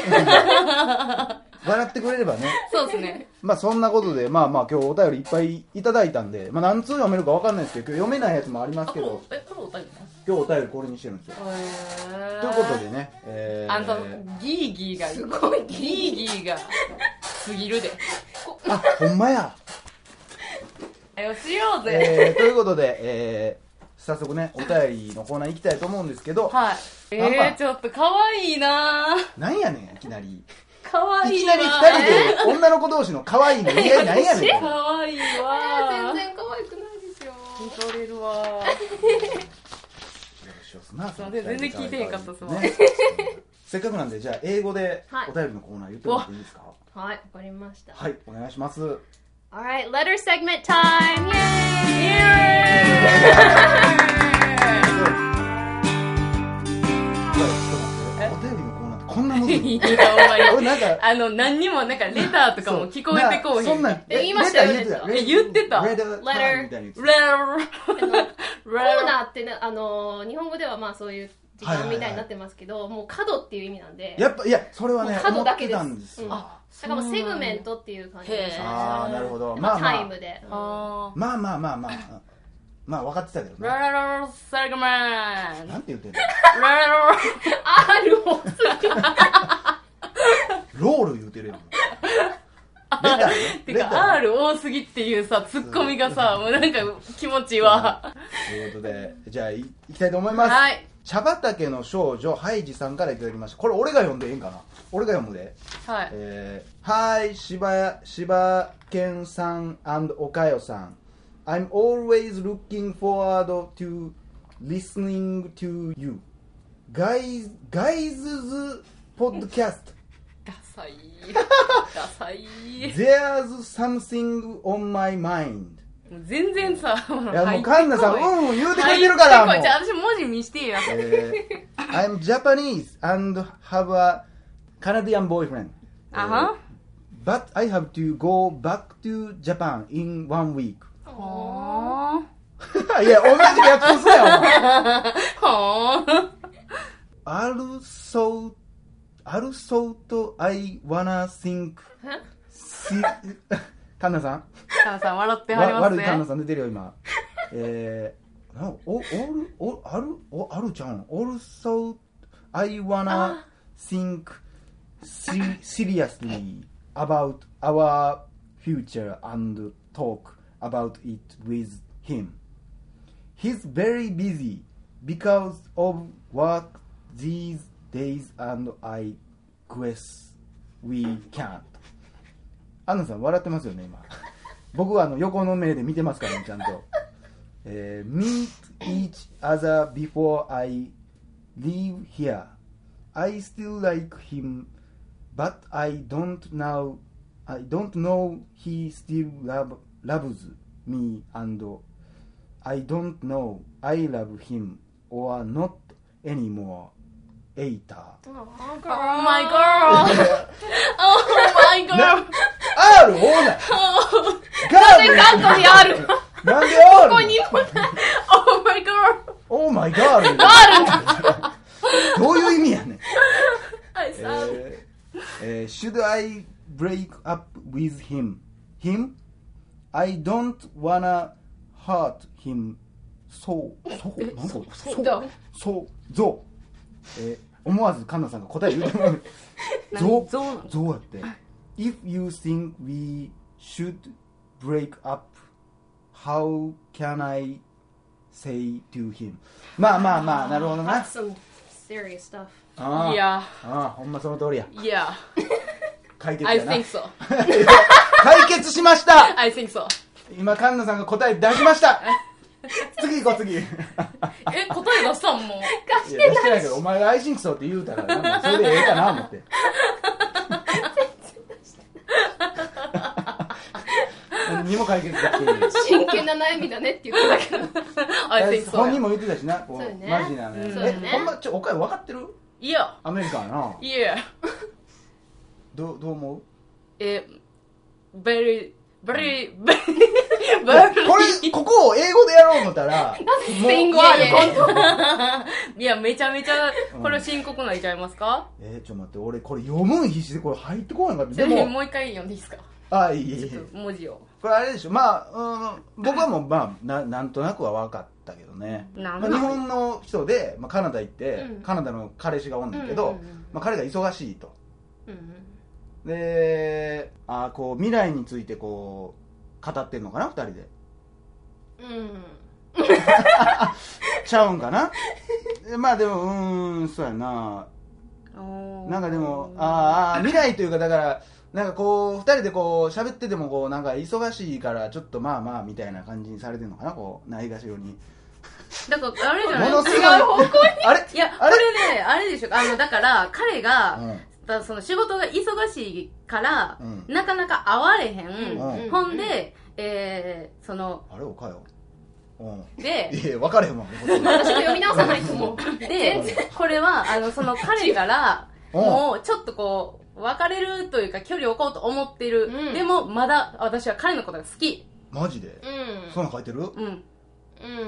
[SPEAKER 1] 笑ってくれればね
[SPEAKER 2] そうですね。
[SPEAKER 1] まあそんなことでまあまあ今日お便りいっぱいいただいたんで、まあ、何通読めるかわかんないですけど今日読めないやつもありま
[SPEAKER 2] あ、
[SPEAKER 1] す
[SPEAKER 2] こ
[SPEAKER 1] け
[SPEAKER 2] れ
[SPEAKER 1] ど、
[SPEAKER 2] え、これお便りな
[SPEAKER 1] 今日お便りこれにしてるんですよ
[SPEAKER 2] へー
[SPEAKER 1] ということでね、えー、
[SPEAKER 2] あんた、ギーギーが、
[SPEAKER 3] すごい
[SPEAKER 2] ギーギーが、すぎるで。
[SPEAKER 1] あほんま や
[SPEAKER 2] あよしようぜ。
[SPEAKER 1] えー、ということで、えー、早速ね、お便りのコーナー行きたいと思うんですけど、
[SPEAKER 2] はい。え
[SPEAKER 1] なんか
[SPEAKER 2] ー、ちょっと可愛いなぁ。
[SPEAKER 1] なんやねん、いきなり。
[SPEAKER 2] 可
[SPEAKER 1] い
[SPEAKER 2] 愛
[SPEAKER 1] き
[SPEAKER 2] いわ
[SPEAKER 1] なり二人で女の子同士の可愛いの言い合いなんやねん。
[SPEAKER 2] 可愛い
[SPEAKER 3] 全
[SPEAKER 2] わ
[SPEAKER 3] 然可愛くないですよ
[SPEAKER 2] 聞かれるわ
[SPEAKER 1] す
[SPEAKER 2] ません全然聞いてへんかったっすわ
[SPEAKER 1] ねせっかくなんで、じゃあ英語でお便りのコーナー言ってもらっていいですか
[SPEAKER 3] はいわかりました
[SPEAKER 1] はい、お願いします。
[SPEAKER 3] Alright letter segment time
[SPEAKER 2] イ
[SPEAKER 3] Yay!
[SPEAKER 2] エ
[SPEAKER 1] お便りのコーナーってこんなむずい
[SPEAKER 2] ーイ
[SPEAKER 1] の
[SPEAKER 2] いやほ
[SPEAKER 1] 俺
[SPEAKER 2] ん
[SPEAKER 1] な
[SPEAKER 2] ま
[SPEAKER 1] ん
[SPEAKER 2] に
[SPEAKER 1] か、
[SPEAKER 2] あの何にもなんかレターとかも聞こえてこうへ
[SPEAKER 1] そんなんん、
[SPEAKER 3] え言いましたよね
[SPEAKER 2] え言ってた
[SPEAKER 1] レタータイムみたいに言ってた
[SPEAKER 2] レラ
[SPEAKER 3] コ
[SPEAKER 2] レ
[SPEAKER 3] ー
[SPEAKER 2] ラ
[SPEAKER 3] ナーってねあのー日本語ではまあそういう時間みたいになってますけどもう角っていう意味なんで
[SPEAKER 1] やっぱいやそれはね
[SPEAKER 3] もう
[SPEAKER 1] 思
[SPEAKER 3] 角
[SPEAKER 1] っ
[SPEAKER 3] だ
[SPEAKER 1] て
[SPEAKER 3] けです
[SPEAKER 1] たんですよ、
[SPEAKER 3] うん
[SPEAKER 1] あ
[SPEAKER 3] だからもうセグメントっていう感じ
[SPEAKER 2] へ
[SPEAKER 3] で
[SPEAKER 2] ー
[SPEAKER 1] あーなるほどま
[SPEAKER 3] ま
[SPEAKER 1] あ
[SPEAKER 3] あ
[SPEAKER 1] ま
[SPEAKER 3] タイム
[SPEAKER 1] あ
[SPEAKER 3] でうん
[SPEAKER 2] あー
[SPEAKER 1] まあまあまあまあうんまあ分かってたけど
[SPEAKER 2] ラ
[SPEAKER 1] ね
[SPEAKER 2] ラララセグメン
[SPEAKER 1] なんて言ってんの
[SPEAKER 2] ララララ
[SPEAKER 3] R を押す
[SPEAKER 1] ロール言うてる やんレターね
[SPEAKER 2] て
[SPEAKER 1] レタ
[SPEAKER 2] か
[SPEAKER 1] ーね
[SPEAKER 2] R 多すぎっていうさツッコミがさもうなんか気持ちいいわ
[SPEAKER 1] ということでじゃあいいきたいと思います、
[SPEAKER 2] はい
[SPEAKER 1] 茶畑の少女ハイジさんからいただきましたこれ俺が読んでいいんかな俺が読むで
[SPEAKER 2] はい
[SPEAKER 1] えー、Hi, Shiba, Shiba Ken san and Okayo san. I'm always looking forward to listening to you. Guys, guys' podcast.
[SPEAKER 2] ダサいダサい
[SPEAKER 1] There's something on my mind.
[SPEAKER 2] もう全然さ
[SPEAKER 1] いやもうカンナさん、
[SPEAKER 2] 入ってこい
[SPEAKER 1] うんうん言うてくれてるから、も
[SPEAKER 2] 入ってこいうじゃ。あ私文字見してよ
[SPEAKER 1] えー I'm Japanese and have a Canadian boyfriend.
[SPEAKER 2] あは
[SPEAKER 1] But I have to go back to Japan in one week.
[SPEAKER 3] は
[SPEAKER 2] ほー
[SPEAKER 1] いや、同じ略すなよお前。
[SPEAKER 2] ほー
[SPEAKER 1] Also, also to I wanna think. し カンナさん
[SPEAKER 2] カンナさん笑ってはり
[SPEAKER 1] わ
[SPEAKER 2] ます
[SPEAKER 1] 悪い
[SPEAKER 2] ね
[SPEAKER 1] カンナさん出てるよ、今。 えー、なお、おる、お、ある、お、あるちゃん。Also, I wanna think se- seriously about our future and talk about it with him. He's very busy because of work these days and I guess we can't. アンナさん笑ってますよね、今。僕はあの横の目で見てますからね、ちゃんと。えー meet each other before I leave here. I still like him, but I don't know, I don't know he still love, loves me and I don't know I love him or not anymore. Later.
[SPEAKER 2] オーマイゴールオーマイゴ
[SPEAKER 1] R 多
[SPEAKER 2] ール
[SPEAKER 1] ないガール
[SPEAKER 3] カットに R
[SPEAKER 1] なんでマイガー ルどういう意味やねん
[SPEAKER 3] I sound
[SPEAKER 1] えーえー Should I break up with him? Him? I don't wanna hurt him. そう。そう。なんか、そう。
[SPEAKER 2] どう
[SPEAKER 1] そう。ぞう。えー思わずカンナさんが答え言うてもらう。
[SPEAKER 2] 何ゾウなの
[SPEAKER 1] ゾウやって。If you think we should break up, how can I say to him? まあまあまあ、なるほどな
[SPEAKER 3] that's。some serious stuff
[SPEAKER 1] あー
[SPEAKER 2] いや
[SPEAKER 1] ああ、ほんまその通りや。
[SPEAKER 2] いや
[SPEAKER 1] 解決
[SPEAKER 2] I
[SPEAKER 1] やな
[SPEAKER 2] think。so
[SPEAKER 1] 解決しました
[SPEAKER 2] I think so
[SPEAKER 1] 今、カンナさんが答え出しま した次行こう、次。いや、
[SPEAKER 2] え答え出したんもう
[SPEAKER 1] 出してないけど、お前が愛心クソって言うたら、なんかそれでええかな、思 って。何にも解決できてない。
[SPEAKER 3] 真剣な悩みだねって言ってたけど
[SPEAKER 2] I think
[SPEAKER 1] 本人
[SPEAKER 2] so
[SPEAKER 1] も言ってたしな、こう
[SPEAKER 3] そうよね
[SPEAKER 1] マジなのよ
[SPEAKER 2] うん
[SPEAKER 1] え、
[SPEAKER 3] そうよね
[SPEAKER 1] ほんま、ちょ、おかゆ分かってる
[SPEAKER 2] いや
[SPEAKER 1] アメリカやない
[SPEAKER 2] や
[SPEAKER 1] どう、どう思う
[SPEAKER 2] え very very very
[SPEAKER 1] こ れ、ここを英語でやろう思ったら、もう
[SPEAKER 3] スペイン語ある
[SPEAKER 2] いやいやいやめちゃめちゃこれ深刻ないちゃいますか
[SPEAKER 1] えー、ちょっと待って、俺これ読むん必死でこれ入ってこないかった。
[SPEAKER 2] ちな
[SPEAKER 1] で
[SPEAKER 2] みに
[SPEAKER 1] も、
[SPEAKER 2] もう一回読んでいいですか
[SPEAKER 1] あ、いえいえい
[SPEAKER 2] ちょっ
[SPEAKER 1] え。
[SPEAKER 2] と文字を
[SPEAKER 1] これあれでしょ、まあ、うん、僕はもう、まあ、ななんとなくは分かったけどね。
[SPEAKER 2] な
[SPEAKER 1] ま
[SPEAKER 2] ん
[SPEAKER 1] あ、
[SPEAKER 2] なん
[SPEAKER 1] 日本の人で、まあ、カナダ行って、
[SPEAKER 3] うん
[SPEAKER 1] カナダの彼氏がおんねんけど、
[SPEAKER 3] うんうんうん
[SPEAKER 1] まあ、彼が忙しいと。
[SPEAKER 3] うん
[SPEAKER 1] で、あーこう、未来についてこう、語ってんのかな、二人で。
[SPEAKER 3] うん
[SPEAKER 1] ちゃうんかなでまあでも、うーん、そうやな。なんかでも、あーあー、未来というか、だから、なんかこう、二人でこう、喋ってても、こう、なんか忙しいから、ちょっとまあまあ、みたいな感じにされてるのかな、こう、ないがしろに。
[SPEAKER 2] だからあれじゃ
[SPEAKER 1] も
[SPEAKER 2] ない
[SPEAKER 1] のすごい。
[SPEAKER 2] 違う方
[SPEAKER 1] あれ
[SPEAKER 2] いやこ
[SPEAKER 1] あれ
[SPEAKER 2] れねあれでしょあのだから彼が、
[SPEAKER 1] うん
[SPEAKER 2] だその仕事が忙しいから、
[SPEAKER 1] うん
[SPEAKER 2] なかなか会われへん、
[SPEAKER 1] うん
[SPEAKER 2] ほんで、えー、その
[SPEAKER 1] あれおかよ。うん。
[SPEAKER 2] で
[SPEAKER 1] いや、分かれへんわ。こっち
[SPEAKER 3] 私も読み直さないと思う
[SPEAKER 2] でこれはあのその彼から
[SPEAKER 1] うん
[SPEAKER 2] もうちょっとこう別れるというか距離を置こうと思ってる、
[SPEAKER 3] うん
[SPEAKER 2] でもまだ私は彼のことが好き、
[SPEAKER 1] マジでそんなん書いてる
[SPEAKER 2] うん、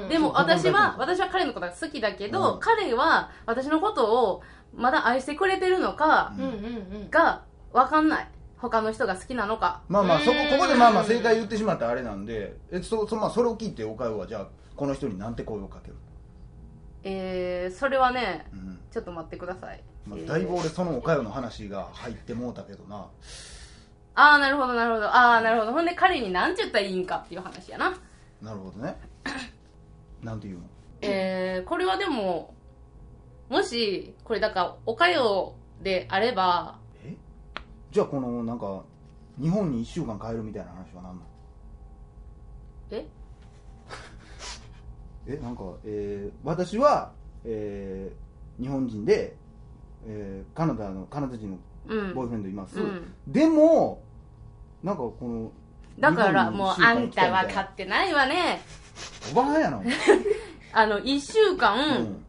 [SPEAKER 3] うん
[SPEAKER 2] でも
[SPEAKER 1] そう
[SPEAKER 2] 私は
[SPEAKER 1] そう考え
[SPEAKER 2] 私は彼のことが好きだけど、
[SPEAKER 1] うん
[SPEAKER 2] 彼は私のことをまだ愛してくれてるのか
[SPEAKER 3] うんうんうん
[SPEAKER 2] が分かんない他の人が好きなのか
[SPEAKER 1] まあまあ、そこ、
[SPEAKER 3] うん
[SPEAKER 1] ここでまあまあ、正解言ってしまったらあれなんで、え、そ、そ、まあ、それを聞いて、おかよは、じゃあ、この人になんて声をかける
[SPEAKER 2] えー、それはね
[SPEAKER 1] うん。
[SPEAKER 2] ちょっと待ってください、
[SPEAKER 1] ま
[SPEAKER 2] えー
[SPEAKER 1] あ、だいぶ俺、そのおかよの話が入ってもうたけどな。
[SPEAKER 2] ああなるほどなるほどああなるほどほんで彼に何て言ったらいいんかっていう話やな
[SPEAKER 1] なるほど ね。なんて言うの
[SPEAKER 2] えー、これはでももしこれだからおかよであれば
[SPEAKER 1] えじゃあ、この、なんか、日本に1週間帰るみたいな話は何なの
[SPEAKER 2] え
[SPEAKER 1] えなんか、えー私は、えー日本人で、えーカナダのカナダ人
[SPEAKER 2] う
[SPEAKER 1] のボーイ
[SPEAKER 2] ん
[SPEAKER 1] フレンドいます、
[SPEAKER 2] うん
[SPEAKER 1] でもなんかこの
[SPEAKER 2] だからもう
[SPEAKER 1] 日
[SPEAKER 2] あ
[SPEAKER 1] 本に
[SPEAKER 2] ん
[SPEAKER 1] 一週間
[SPEAKER 2] たは
[SPEAKER 1] 来た
[SPEAKER 2] 買ってないわね
[SPEAKER 1] みたいなおばはんや な、お前
[SPEAKER 2] あの1週間、
[SPEAKER 1] うん、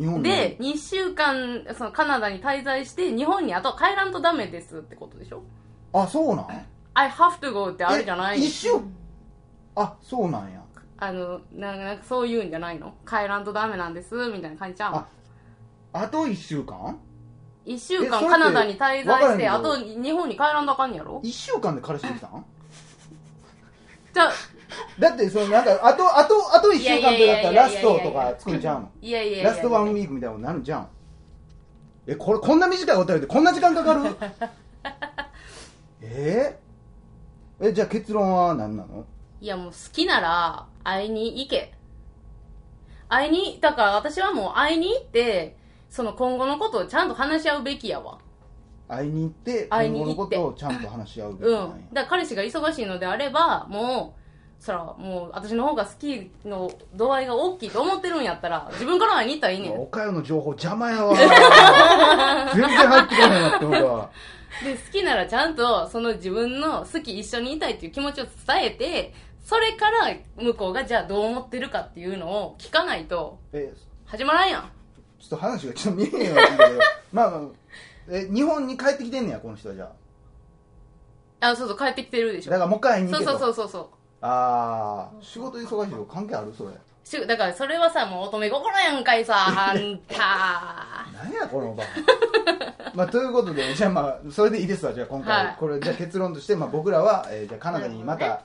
[SPEAKER 1] 日本に
[SPEAKER 2] で、2週間、そのカナダに滞在して、日本にあと帰らんとダメですってことでしょ
[SPEAKER 1] あそうなん
[SPEAKER 2] ?I have to go ってあるじゃない
[SPEAKER 1] え一週あそうなんや
[SPEAKER 2] あの、なんかなんかそういうんじゃないの帰らんとダメなんです、みたいな感じちゃう
[SPEAKER 1] ああと1週間
[SPEAKER 2] 1週
[SPEAKER 1] えそれっ
[SPEAKER 2] 間
[SPEAKER 1] て
[SPEAKER 2] カナダに滞在
[SPEAKER 1] わか
[SPEAKER 2] し
[SPEAKER 1] ん
[SPEAKER 2] て、
[SPEAKER 1] ない
[SPEAKER 2] あ
[SPEAKER 1] けど
[SPEAKER 2] と日本に帰らんとあかんやろ
[SPEAKER 1] 1週間で彼氏できたん
[SPEAKER 2] じゃあ、
[SPEAKER 1] だってそのなんかあとあとあと1週間ってなったら
[SPEAKER 2] いや
[SPEAKER 1] ラ
[SPEAKER 2] い
[SPEAKER 1] ス
[SPEAKER 2] やいやいや
[SPEAKER 1] トとか作んちゃうの
[SPEAKER 2] いやいやいや。
[SPEAKER 1] ラストワンウィークみたいなことになるんじゃんえこれこんな短いお便りでこんな時間かか るえー、えじゃあ結論は何なの
[SPEAKER 2] いやもう好きなら、会いに行け。会いに、だから私はもう会いに行って、その今後のことをちゃんと話し合うべきやわ。
[SPEAKER 1] 会いに行って
[SPEAKER 2] 会い
[SPEAKER 1] 今後
[SPEAKER 2] に行
[SPEAKER 1] のこ
[SPEAKER 2] って
[SPEAKER 1] とをちゃんと話し合うべき
[SPEAKER 2] う
[SPEAKER 1] なんや、
[SPEAKER 2] ん。だから彼氏が忙しいのであれば、もう、そら、もう、私の方が好きの度合いが大きいと思ってるんやったら、自分から会いに行ったらいいね
[SPEAKER 1] うわ
[SPEAKER 2] ん。
[SPEAKER 1] おかよの情報邪魔 やわ全然入ってこないなってほら
[SPEAKER 2] で、好きならちゃんと、その自分の好き一緒にいたいっていう気持ちを伝えて、それから向こうがじゃあどう思ってるかっていうのを聞かないと
[SPEAKER 1] え
[SPEAKER 2] 始まらんやん。
[SPEAKER 1] ちょっと話がちょっと見えへんわけだけ どまあ、まあ、え日本に帰ってきてんねやこの人はじゃあ
[SPEAKER 2] あ、そうそう、帰ってきてるでし
[SPEAKER 1] だ
[SPEAKER 2] ょ。
[SPEAKER 1] からもう一回会いに行
[SPEAKER 2] そう
[SPEAKER 1] けと
[SPEAKER 2] そうそうそうそう。
[SPEAKER 1] ああ仕事忙しいと関係あるそれ
[SPEAKER 2] しゅだからそれはさ、もう乙女心やんか いさ、あんた。
[SPEAKER 1] なんやこの 場まあということでじゃあまあそれでいいですわじゃあ今回、
[SPEAKER 2] はい
[SPEAKER 1] これじゃあ結論として、まあ、僕らは、えーじゃあカナダにま
[SPEAKER 2] なるほ
[SPEAKER 1] た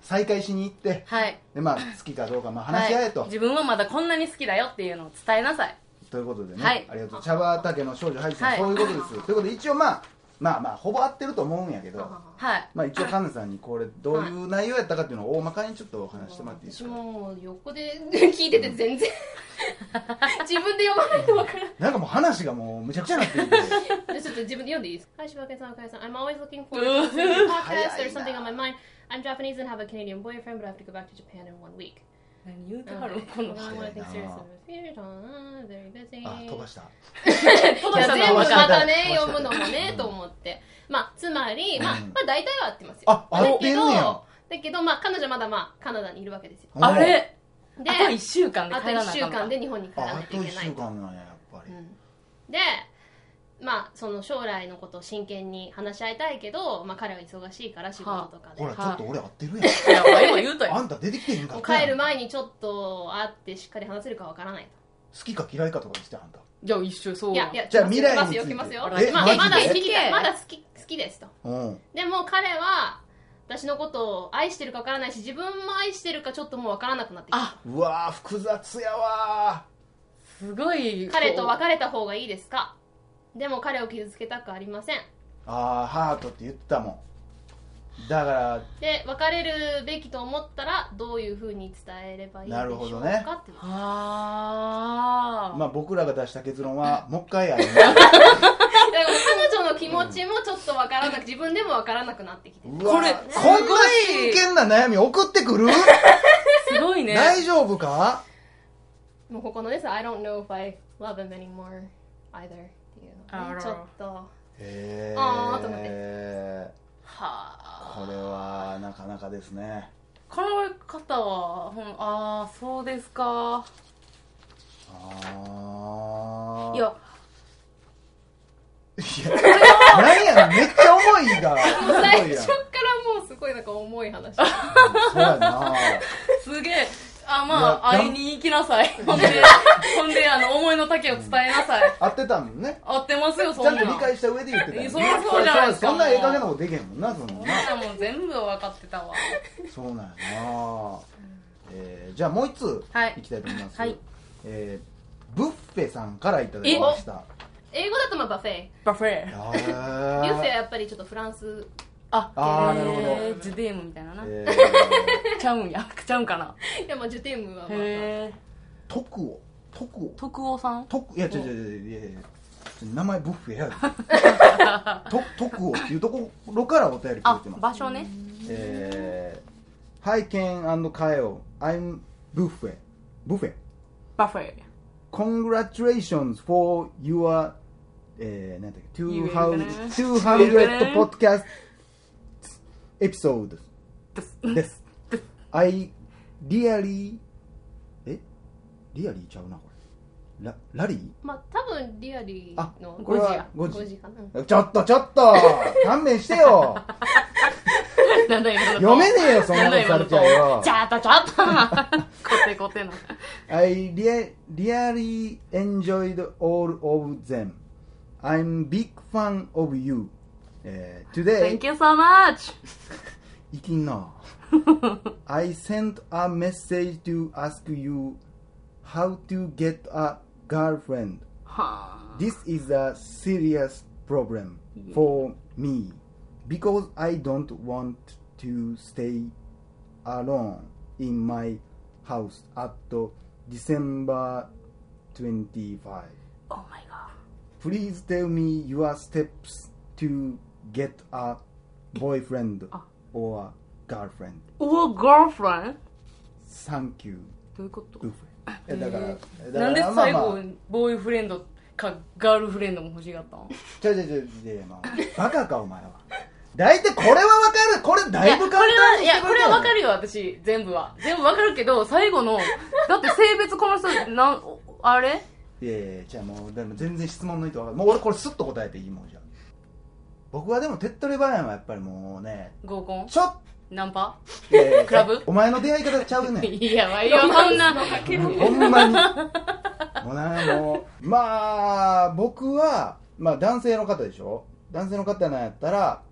[SPEAKER 1] 再会しに行って、
[SPEAKER 2] はい。
[SPEAKER 1] でまあ、好きかどうか、まあ、話し合えと、
[SPEAKER 2] はい自分はまだこんなに好きだよっていうのを伝えなさい。
[SPEAKER 1] ということでね、
[SPEAKER 2] はい
[SPEAKER 1] ありがとう茶畑の少女ハイジさん、
[SPEAKER 2] はい
[SPEAKER 1] そういうことですということで一応まあまあまあほぼ合ってると思うんやけど
[SPEAKER 2] はい。
[SPEAKER 1] まあ一応カナさんにこれどういう内容やったかっていうのを大まかにちょっとお話してもらっていいです
[SPEAKER 3] 私
[SPEAKER 1] か、
[SPEAKER 3] ももう横で聞いてて全然自分で読まないとわからない
[SPEAKER 1] なんかもう話がもうむちゃくちゃになってるんで
[SPEAKER 3] でちょっと自分で読んでいいですか Hi, Shibake-san, Kai-san. I'm always looking forward
[SPEAKER 2] Ooh.
[SPEAKER 3] to listening to your podcast. There's
[SPEAKER 1] 早い
[SPEAKER 3] something
[SPEAKER 1] な
[SPEAKER 3] on my mind. I'm Japanese and have a Canadian boyfriend, but I have to go back to Japan in one week.
[SPEAKER 2] 何言うて
[SPEAKER 3] Okay.
[SPEAKER 2] はるこ
[SPEAKER 3] Well,
[SPEAKER 2] の
[SPEAKER 3] I wanna think
[SPEAKER 1] Hey,
[SPEAKER 3] seriously
[SPEAKER 1] nah.
[SPEAKER 3] about the future, uh, very busy.
[SPEAKER 1] あ飛ばした
[SPEAKER 2] 飛 ばし
[SPEAKER 3] いや
[SPEAKER 2] た
[SPEAKER 3] 全部
[SPEAKER 2] な飛
[SPEAKER 3] ま
[SPEAKER 2] ばした
[SPEAKER 3] た
[SPEAKER 1] 飛
[SPEAKER 3] ね
[SPEAKER 1] ばした
[SPEAKER 3] 読むのも
[SPEAKER 1] う
[SPEAKER 3] ね
[SPEAKER 1] ん
[SPEAKER 3] と思ってまあつまりまあ
[SPEAKER 1] うん
[SPEAKER 3] まあ大体は合ってますよ
[SPEAKER 1] あ
[SPEAKER 3] まだ
[SPEAKER 1] 合ってんねや
[SPEAKER 3] だけどまあ彼女まだまあカナダにいるわけですよ
[SPEAKER 1] うん
[SPEAKER 2] あれ
[SPEAKER 3] で
[SPEAKER 2] あと1週間で
[SPEAKER 3] あと
[SPEAKER 2] 帰らな
[SPEAKER 3] 1
[SPEAKER 2] あ
[SPEAKER 3] 週
[SPEAKER 2] かんか
[SPEAKER 3] 間で日本に帰ら
[SPEAKER 1] あ
[SPEAKER 3] ない
[SPEAKER 1] あ
[SPEAKER 3] と
[SPEAKER 1] と
[SPEAKER 3] い
[SPEAKER 1] 1
[SPEAKER 3] けない
[SPEAKER 1] 週
[SPEAKER 3] と
[SPEAKER 1] 間なんややっぱり、
[SPEAKER 3] うんでまあその将来のことを真剣に話し合いたいけどまあ彼は忙しいから仕事とかで
[SPEAKER 1] ほらちょっと俺合ってるや
[SPEAKER 2] いや俺も言うと
[SPEAKER 1] んあ
[SPEAKER 2] よ
[SPEAKER 1] んた出てきてへんか
[SPEAKER 3] もう
[SPEAKER 1] ったやん
[SPEAKER 3] 帰る前にちょっと会ってしっかり話せるかわからない
[SPEAKER 1] 好きか嫌いかとか言ってたあんた
[SPEAKER 2] じゃあ一緒そ
[SPEAKER 3] と
[SPEAKER 2] う
[SPEAKER 3] いやいや
[SPEAKER 1] じゃあ
[SPEAKER 3] 来
[SPEAKER 1] 未来
[SPEAKER 3] ま
[SPEAKER 1] に
[SPEAKER 3] す
[SPEAKER 1] つい
[SPEAKER 3] よ
[SPEAKER 1] て
[SPEAKER 3] 来ますよ
[SPEAKER 2] え
[SPEAKER 3] まあ
[SPEAKER 1] マ
[SPEAKER 3] ま
[SPEAKER 1] ジ
[SPEAKER 3] だ
[SPEAKER 1] で
[SPEAKER 3] 好きだ
[SPEAKER 2] え
[SPEAKER 3] まだ好き好きですと
[SPEAKER 1] うん
[SPEAKER 3] でも彼は私のことを愛してるかわからないし自分も愛してるかちょっともうわからなくなってきた
[SPEAKER 2] あ
[SPEAKER 1] うわー複雑やわ
[SPEAKER 2] すごい
[SPEAKER 3] 彼と
[SPEAKER 2] か
[SPEAKER 3] 別れた方がいいですかでも彼を傷つけたくありません
[SPEAKER 1] ーあーハートって言ってたもんだから
[SPEAKER 3] で別れるべきと思ったらどういうふうに伝えればいいでし
[SPEAKER 1] なる
[SPEAKER 3] ょ
[SPEAKER 1] ほ
[SPEAKER 3] う
[SPEAKER 1] ど
[SPEAKER 3] か、
[SPEAKER 1] ね
[SPEAKER 3] っていう
[SPEAKER 2] あー、
[SPEAKER 1] まあ僕らが出した結論はもう一 回会いま
[SPEAKER 3] だから彼女の気持ちもちょっとわからなく自分でもわからなくなってきて
[SPEAKER 1] うわ
[SPEAKER 2] これ
[SPEAKER 1] こんな
[SPEAKER 2] すごい
[SPEAKER 1] 真剣な悩み送ってくる
[SPEAKER 2] すごいね
[SPEAKER 1] 大丈夫か
[SPEAKER 3] もうここのです I don't know if I love him anymore either っていう
[SPEAKER 2] あら
[SPEAKER 3] のね
[SPEAKER 2] ら
[SPEAKER 3] ちょっと
[SPEAKER 1] へえ
[SPEAKER 3] あーと思って
[SPEAKER 2] はあ
[SPEAKER 1] これはなかなかですね
[SPEAKER 2] この方はほんああそうです
[SPEAKER 1] あ
[SPEAKER 2] か
[SPEAKER 1] あ
[SPEAKER 2] いや
[SPEAKER 1] いやなんやねんめっちゃ重いが
[SPEAKER 3] 最
[SPEAKER 1] 重い
[SPEAKER 3] 初
[SPEAKER 1] やん
[SPEAKER 3] からもうすごいなんか重い 話
[SPEAKER 1] そうやな
[SPEAKER 2] すげえあまあ
[SPEAKER 1] いや
[SPEAKER 2] 会いに行きなさいほんでほんであの思いの丈を伝えなさい
[SPEAKER 1] 合ってたもんね
[SPEAKER 2] 合ってますよそん
[SPEAKER 1] ちゃ
[SPEAKER 2] なんん
[SPEAKER 1] と理解した上で言ってたよ
[SPEAKER 2] そうそうじゃないですか
[SPEAKER 1] そんなええ加減なことできへんもんなそのな
[SPEAKER 2] そんなもう全部分かってたわ
[SPEAKER 1] そうなんやな、えーじゃあもう一通
[SPEAKER 2] はい
[SPEAKER 1] いきたいと思います、
[SPEAKER 2] はい
[SPEAKER 1] えーブッフェさんからいただきました
[SPEAKER 3] 英語だとまあバフェ
[SPEAKER 2] バフェ
[SPEAKER 1] あー
[SPEAKER 3] ビュッフェはやっぱりちょっとフランス
[SPEAKER 2] あ
[SPEAKER 1] あーなるほど
[SPEAKER 2] えージュデームみたいなな、
[SPEAKER 1] え
[SPEAKER 2] ちゃうんやちゃうんかない
[SPEAKER 3] やまあジュテームはまあ
[SPEAKER 2] へえ
[SPEAKER 1] ー、徳を徳を
[SPEAKER 2] 徳夫さん
[SPEAKER 1] 徳いや違う違う違ういやいや名前ブッフェやと徳をっていうところからお便りくれ
[SPEAKER 2] あ
[SPEAKER 1] てます
[SPEAKER 2] 場所ね
[SPEAKER 1] えー、Hi Ken and Kyle I'm Buffet Buffet
[SPEAKER 2] バフェ
[SPEAKER 1] Congratulations for your えー、なんだっけ
[SPEAKER 2] 言えるかな
[SPEAKER 1] 200
[SPEAKER 2] 言える
[SPEAKER 1] 200 podcast episode です。I really えリアリーちゃうなこれララリー
[SPEAKER 3] まあ多分リアリ
[SPEAKER 1] あ
[SPEAKER 3] ーの
[SPEAKER 1] これは
[SPEAKER 3] 5
[SPEAKER 1] 5時
[SPEAKER 3] 時かなうん
[SPEAKER 1] ちょっとちょっと勘弁してよ
[SPEAKER 2] なんだ今の
[SPEAKER 1] 読めねえよそんなことされちゃうよ
[SPEAKER 2] ちゃったちゃったコテコテの
[SPEAKER 1] I rea- really enjoyed all of them. I'm big fan of you. えー today,
[SPEAKER 2] Thank you so much
[SPEAKER 1] いきんな。I sent a message to ask you how to get a girlfriend.
[SPEAKER 2] はあ
[SPEAKER 1] This is a serious problem for me because I don't want to stay alone in my house at December 25.
[SPEAKER 2] Oh my god
[SPEAKER 1] Please tell me your steps to get a boyfriend or girlfriend.
[SPEAKER 2] Or girlfriend?
[SPEAKER 1] Thank you.
[SPEAKER 2] どういうこと
[SPEAKER 1] ブッフェえだから、だから
[SPEAKER 2] なんで最
[SPEAKER 1] まあ
[SPEAKER 2] 後
[SPEAKER 1] まあ
[SPEAKER 2] ボーイフレンドかガールフレンドも欲しがったの
[SPEAKER 1] ちょいちょいちょいちょいまあ、バカかお前は大体これはわかるこれだいぶ簡
[SPEAKER 2] これ
[SPEAKER 1] 単
[SPEAKER 2] は
[SPEAKER 1] に
[SPEAKER 2] い
[SPEAKER 1] して
[SPEAKER 2] や
[SPEAKER 1] く
[SPEAKER 2] これはわか
[SPEAKER 1] る
[SPEAKER 2] るよ私全部は全部わかるけど最後のだって性別この人なんあれ
[SPEAKER 1] やんいやいやじゃあもうでも全然質問の意図わかるもう俺これスッと答えていいもんじゃ僕はでも手っ取り早いはやっぱりもう ね
[SPEAKER 2] 合コン
[SPEAKER 1] ちょっ
[SPEAKER 2] ナンパ
[SPEAKER 1] いやいや
[SPEAKER 2] クラブ
[SPEAKER 1] お前の出会い方ちゃうねん
[SPEAKER 2] いやわいやそんな
[SPEAKER 1] ほんまに。もうな、もう、まあ、僕は、まあ男性の方でしょ男性の方なんやったら、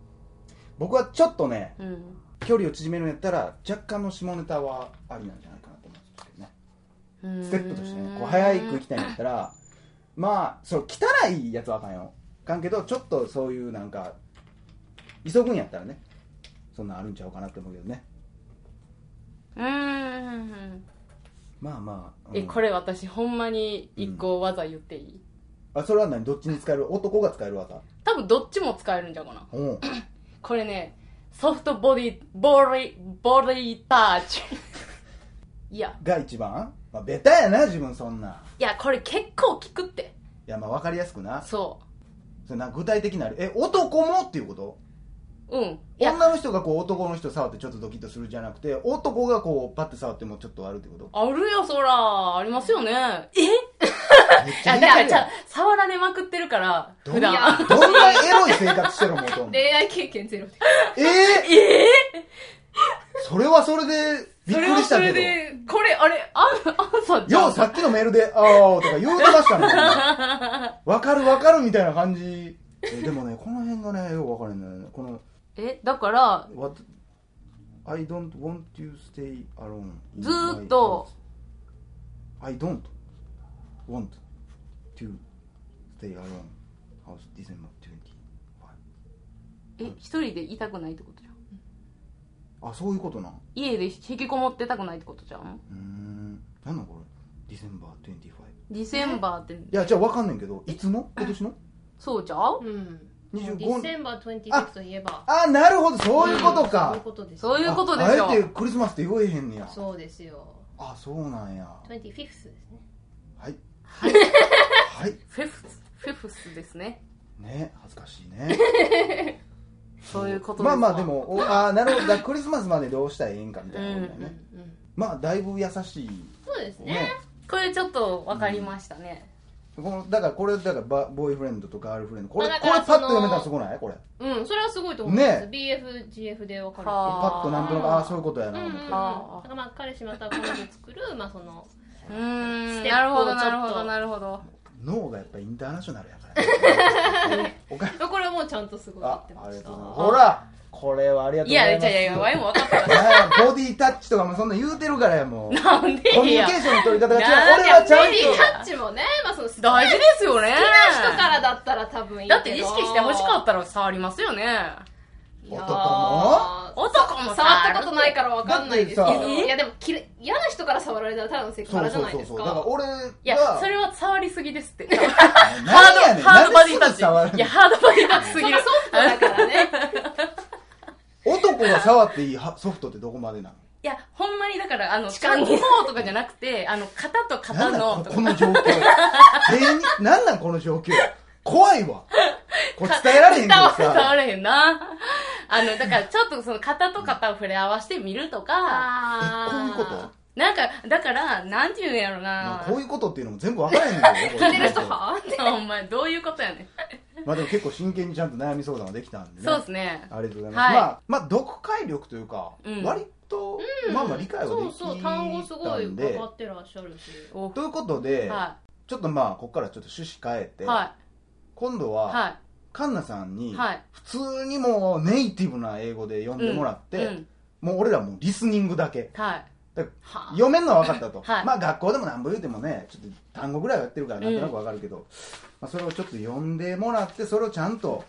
[SPEAKER 1] 僕はちょっとね、
[SPEAKER 2] うん
[SPEAKER 1] 距離を縮めるんやったら、若干の下ネタはありなんじゃないかなと思うんですけどね。ステップとしてね、こう、早く行きたいんやったら、まあ、そう、汚いやつはあかんよ。あかんけど、ちょっとそういうなんか、急ぐんやったらね、そんなんあるんちゃうかなって思うけどね。
[SPEAKER 2] うーん
[SPEAKER 1] まあまあ。うん
[SPEAKER 2] えこれ私ほんまに一個技言っていい、
[SPEAKER 1] あ、それは何どっちに使える男が使える技。
[SPEAKER 2] 多分どっちも使えるんじゃうかな
[SPEAKER 1] うん。
[SPEAKER 2] これねソフトボディボディボディタッチ いや
[SPEAKER 1] が一番、まあ、ベタやな自分そんない
[SPEAKER 2] やこれ結構効くって
[SPEAKER 1] いやまあ分かりやすくな
[SPEAKER 2] そ
[SPEAKER 1] それなんか具体的なあれえ男もっていうこと
[SPEAKER 2] ううんいや
[SPEAKER 1] 女の人がこう男の人触ってちょっとドキッとするじゃなくて男がこうパッて触ってもちょっとあるってこと
[SPEAKER 2] あるよそらありますよねえ
[SPEAKER 1] めっちゃ
[SPEAKER 2] だ
[SPEAKER 1] 似て
[SPEAKER 2] から
[SPEAKER 1] る
[SPEAKER 2] じゃ
[SPEAKER 1] や
[SPEAKER 2] あ触られまくってるから
[SPEAKER 1] ど
[SPEAKER 2] 普段
[SPEAKER 1] いんどんなエロい生活 してるのもうとんどえ
[SPEAKER 3] 恋愛経験ゼロで
[SPEAKER 1] ー、
[SPEAKER 2] ええ
[SPEAKER 1] それはそれでびっく
[SPEAKER 2] それは
[SPEAKER 1] りし
[SPEAKER 2] そ
[SPEAKER 1] たけ
[SPEAKER 2] れ
[SPEAKER 1] ど
[SPEAKER 2] でこれあれああんさんじゃん
[SPEAKER 1] ようさっきのメールで「あーとか言うてましたねわかるわかるみたいな感じえでもねこの辺がねよう分からへんのよねこの
[SPEAKER 2] えだから
[SPEAKER 1] 「What I don't want to stay alone in
[SPEAKER 2] ずーっと
[SPEAKER 1] my house. I don't want to stay alone house December 25
[SPEAKER 2] え一人でいたくないってことじゃん
[SPEAKER 1] あそういうことなん
[SPEAKER 2] 家で引きこもってたくないってことじゃん
[SPEAKER 1] うーん何なんこれ December 25い
[SPEAKER 2] ディセンバーって
[SPEAKER 1] やじゃあ分かんねんけどいつの今年の
[SPEAKER 2] そうじゃん
[SPEAKER 3] うんデ
[SPEAKER 1] 25
[SPEAKER 3] ィセンバー26といえば
[SPEAKER 1] あなるほどそういうこと
[SPEAKER 3] そういう
[SPEAKER 1] か、
[SPEAKER 3] ことです
[SPEAKER 2] そういうことで
[SPEAKER 1] あ
[SPEAKER 2] しょ
[SPEAKER 1] あえてクリスマスって言えへんねや
[SPEAKER 3] そうですよ
[SPEAKER 1] あそうなんやは
[SPEAKER 3] 25th ですね
[SPEAKER 1] いはい
[SPEAKER 2] フェフスフェフスですね
[SPEAKER 1] ね恥ずかしいね
[SPEAKER 2] そういうことです
[SPEAKER 1] まあ
[SPEAKER 2] わ
[SPEAKER 1] まあでもお あーなるほどだからクリスマスまでどうしたらええんかみたいなことだよ
[SPEAKER 3] うんう
[SPEAKER 1] ね、
[SPEAKER 3] ん
[SPEAKER 1] まあだいぶ優しい
[SPEAKER 3] そうです
[SPEAKER 1] ね
[SPEAKER 3] ね
[SPEAKER 2] これちょっと分かりましたね、
[SPEAKER 1] このだからこれだからバボーイフレンドとガールフレンドこれ,、
[SPEAKER 3] まあだ
[SPEAKER 1] こ
[SPEAKER 3] か
[SPEAKER 1] れ
[SPEAKER 3] ら
[SPEAKER 1] パッと
[SPEAKER 3] その
[SPEAKER 1] 読めたらすごないこれ
[SPEAKER 3] うんそれはすごいと思います BFGF で分かる
[SPEAKER 2] はあー
[SPEAKER 1] パッとなんとなくああーそういうことや
[SPEAKER 3] うん
[SPEAKER 1] な
[SPEAKER 3] うん
[SPEAKER 1] 思
[SPEAKER 3] う
[SPEAKER 1] っ
[SPEAKER 3] ん
[SPEAKER 1] て、
[SPEAKER 3] だ
[SPEAKER 1] あ
[SPEAKER 2] あー
[SPEAKER 3] からまあ彼氏または彼女作るまあその
[SPEAKER 2] うー
[SPEAKER 3] ス
[SPEAKER 2] ん
[SPEAKER 3] テ
[SPEAKER 2] なる
[SPEAKER 3] ップ
[SPEAKER 2] ほ
[SPEAKER 3] をちょ
[SPEAKER 2] どな
[SPEAKER 3] っと
[SPEAKER 2] るほどなるほど
[SPEAKER 1] 脳がやっぱインターナショナルやから、 ね、おか
[SPEAKER 3] これはもうちゃんとすごい言
[SPEAKER 1] あ
[SPEAKER 3] って
[SPEAKER 1] あ
[SPEAKER 3] ま
[SPEAKER 1] り
[SPEAKER 3] し
[SPEAKER 1] が
[SPEAKER 3] た
[SPEAKER 1] とうございますほらこれはありがと
[SPEAKER 2] いう
[SPEAKER 1] ございま
[SPEAKER 2] やい
[SPEAKER 1] す
[SPEAKER 2] やいやワイも分かった
[SPEAKER 1] はいボディタッチとかもそんなん言うてるからやもう
[SPEAKER 2] なんで
[SPEAKER 1] コミュニ
[SPEAKER 2] や
[SPEAKER 1] ケーションの取り方が違う
[SPEAKER 2] なん
[SPEAKER 1] 俺
[SPEAKER 2] で
[SPEAKER 1] はちゃ
[SPEAKER 2] 無理や
[SPEAKER 1] ん
[SPEAKER 3] タッチもねまあその好きな
[SPEAKER 2] 大
[SPEAKER 3] 人
[SPEAKER 2] 事ですよね
[SPEAKER 3] からだったら多分いいけど
[SPEAKER 2] だって意識して欲しかったら触りますよね
[SPEAKER 3] いやー
[SPEAKER 1] 男
[SPEAKER 2] 男もさ
[SPEAKER 3] 触ったことないからわかんないですけ
[SPEAKER 1] だって
[SPEAKER 3] ど
[SPEAKER 1] さ
[SPEAKER 3] いやでもきれ嫌な人から触られたら多分セクハ
[SPEAKER 1] と
[SPEAKER 3] ラじゃ
[SPEAKER 1] そう
[SPEAKER 3] ない
[SPEAKER 1] そう
[SPEAKER 3] で
[SPEAKER 1] そ
[SPEAKER 3] す
[SPEAKER 1] うそうだから
[SPEAKER 3] か
[SPEAKER 1] 俺が
[SPEAKER 2] いやそれは触りすぎですって ハ
[SPEAKER 1] 何や
[SPEAKER 2] ー
[SPEAKER 1] ね
[SPEAKER 2] ド
[SPEAKER 1] ん
[SPEAKER 2] ハードバディタ
[SPEAKER 1] なんで触ら
[SPEAKER 2] ッ
[SPEAKER 1] れ
[SPEAKER 2] チ
[SPEAKER 1] ん
[SPEAKER 2] い
[SPEAKER 1] の
[SPEAKER 2] やハードバディタッチすぎる
[SPEAKER 3] ソフトだから ね
[SPEAKER 1] 男が触っていいはソフトってどこまでなの
[SPEAKER 2] いやほんまにだからあの
[SPEAKER 3] 痴漢
[SPEAKER 2] 漢方とかじゃなくてあの肩と肩
[SPEAKER 1] なんなん
[SPEAKER 2] の
[SPEAKER 1] ことこ
[SPEAKER 2] か
[SPEAKER 1] の状況全員なんなんこの状況怖いわこれ伝えられへんけど
[SPEAKER 2] 伝わ伝わ
[SPEAKER 1] さ
[SPEAKER 2] れへんなあのだからちょっとその肩と肩を触れ合わせてみるとか
[SPEAKER 1] えこういうこと
[SPEAKER 2] なんかだからなんていうんやろ
[SPEAKER 1] ま
[SPEAKER 2] な
[SPEAKER 1] あこういうことっていうのも全部分からへんねんけどね
[SPEAKER 3] 聞いてる人は
[SPEAKER 2] お前どういうことやねん
[SPEAKER 1] まあでも結構真剣にちゃんと悩み相談ができたんでね
[SPEAKER 2] そうですね
[SPEAKER 1] ありがとうございます、
[SPEAKER 2] はい
[SPEAKER 1] まあまあ読解力というか、
[SPEAKER 2] うん
[SPEAKER 1] 割と、まあまあ理解はで
[SPEAKER 3] そう
[SPEAKER 1] きたん
[SPEAKER 3] そ
[SPEAKER 1] で
[SPEAKER 3] う単語すごい分かってらっしゃるし
[SPEAKER 2] お
[SPEAKER 1] ということで、
[SPEAKER 2] は
[SPEAKER 1] ちょっとまあここからちょっと趣旨変え
[SPEAKER 2] い
[SPEAKER 1] て、
[SPEAKER 2] は
[SPEAKER 1] 今度
[SPEAKER 2] い
[SPEAKER 1] は、
[SPEAKER 2] は
[SPEAKER 1] カンナさん
[SPEAKER 2] い
[SPEAKER 1] に、
[SPEAKER 2] はい
[SPEAKER 1] 普通にもうネイティブな英語で読んでもらって、
[SPEAKER 2] うん
[SPEAKER 1] もう俺らもうリスニングだけ
[SPEAKER 2] はい
[SPEAKER 1] だか
[SPEAKER 2] は
[SPEAKER 1] 読めんのは分かったと、
[SPEAKER 2] はい
[SPEAKER 1] まあ学校でも何ぼ言うてもねちょっと単語ぐらいはやってるからなんとなく分かるけど、まあ、それをちょっと読んでもらってそれをちゃんと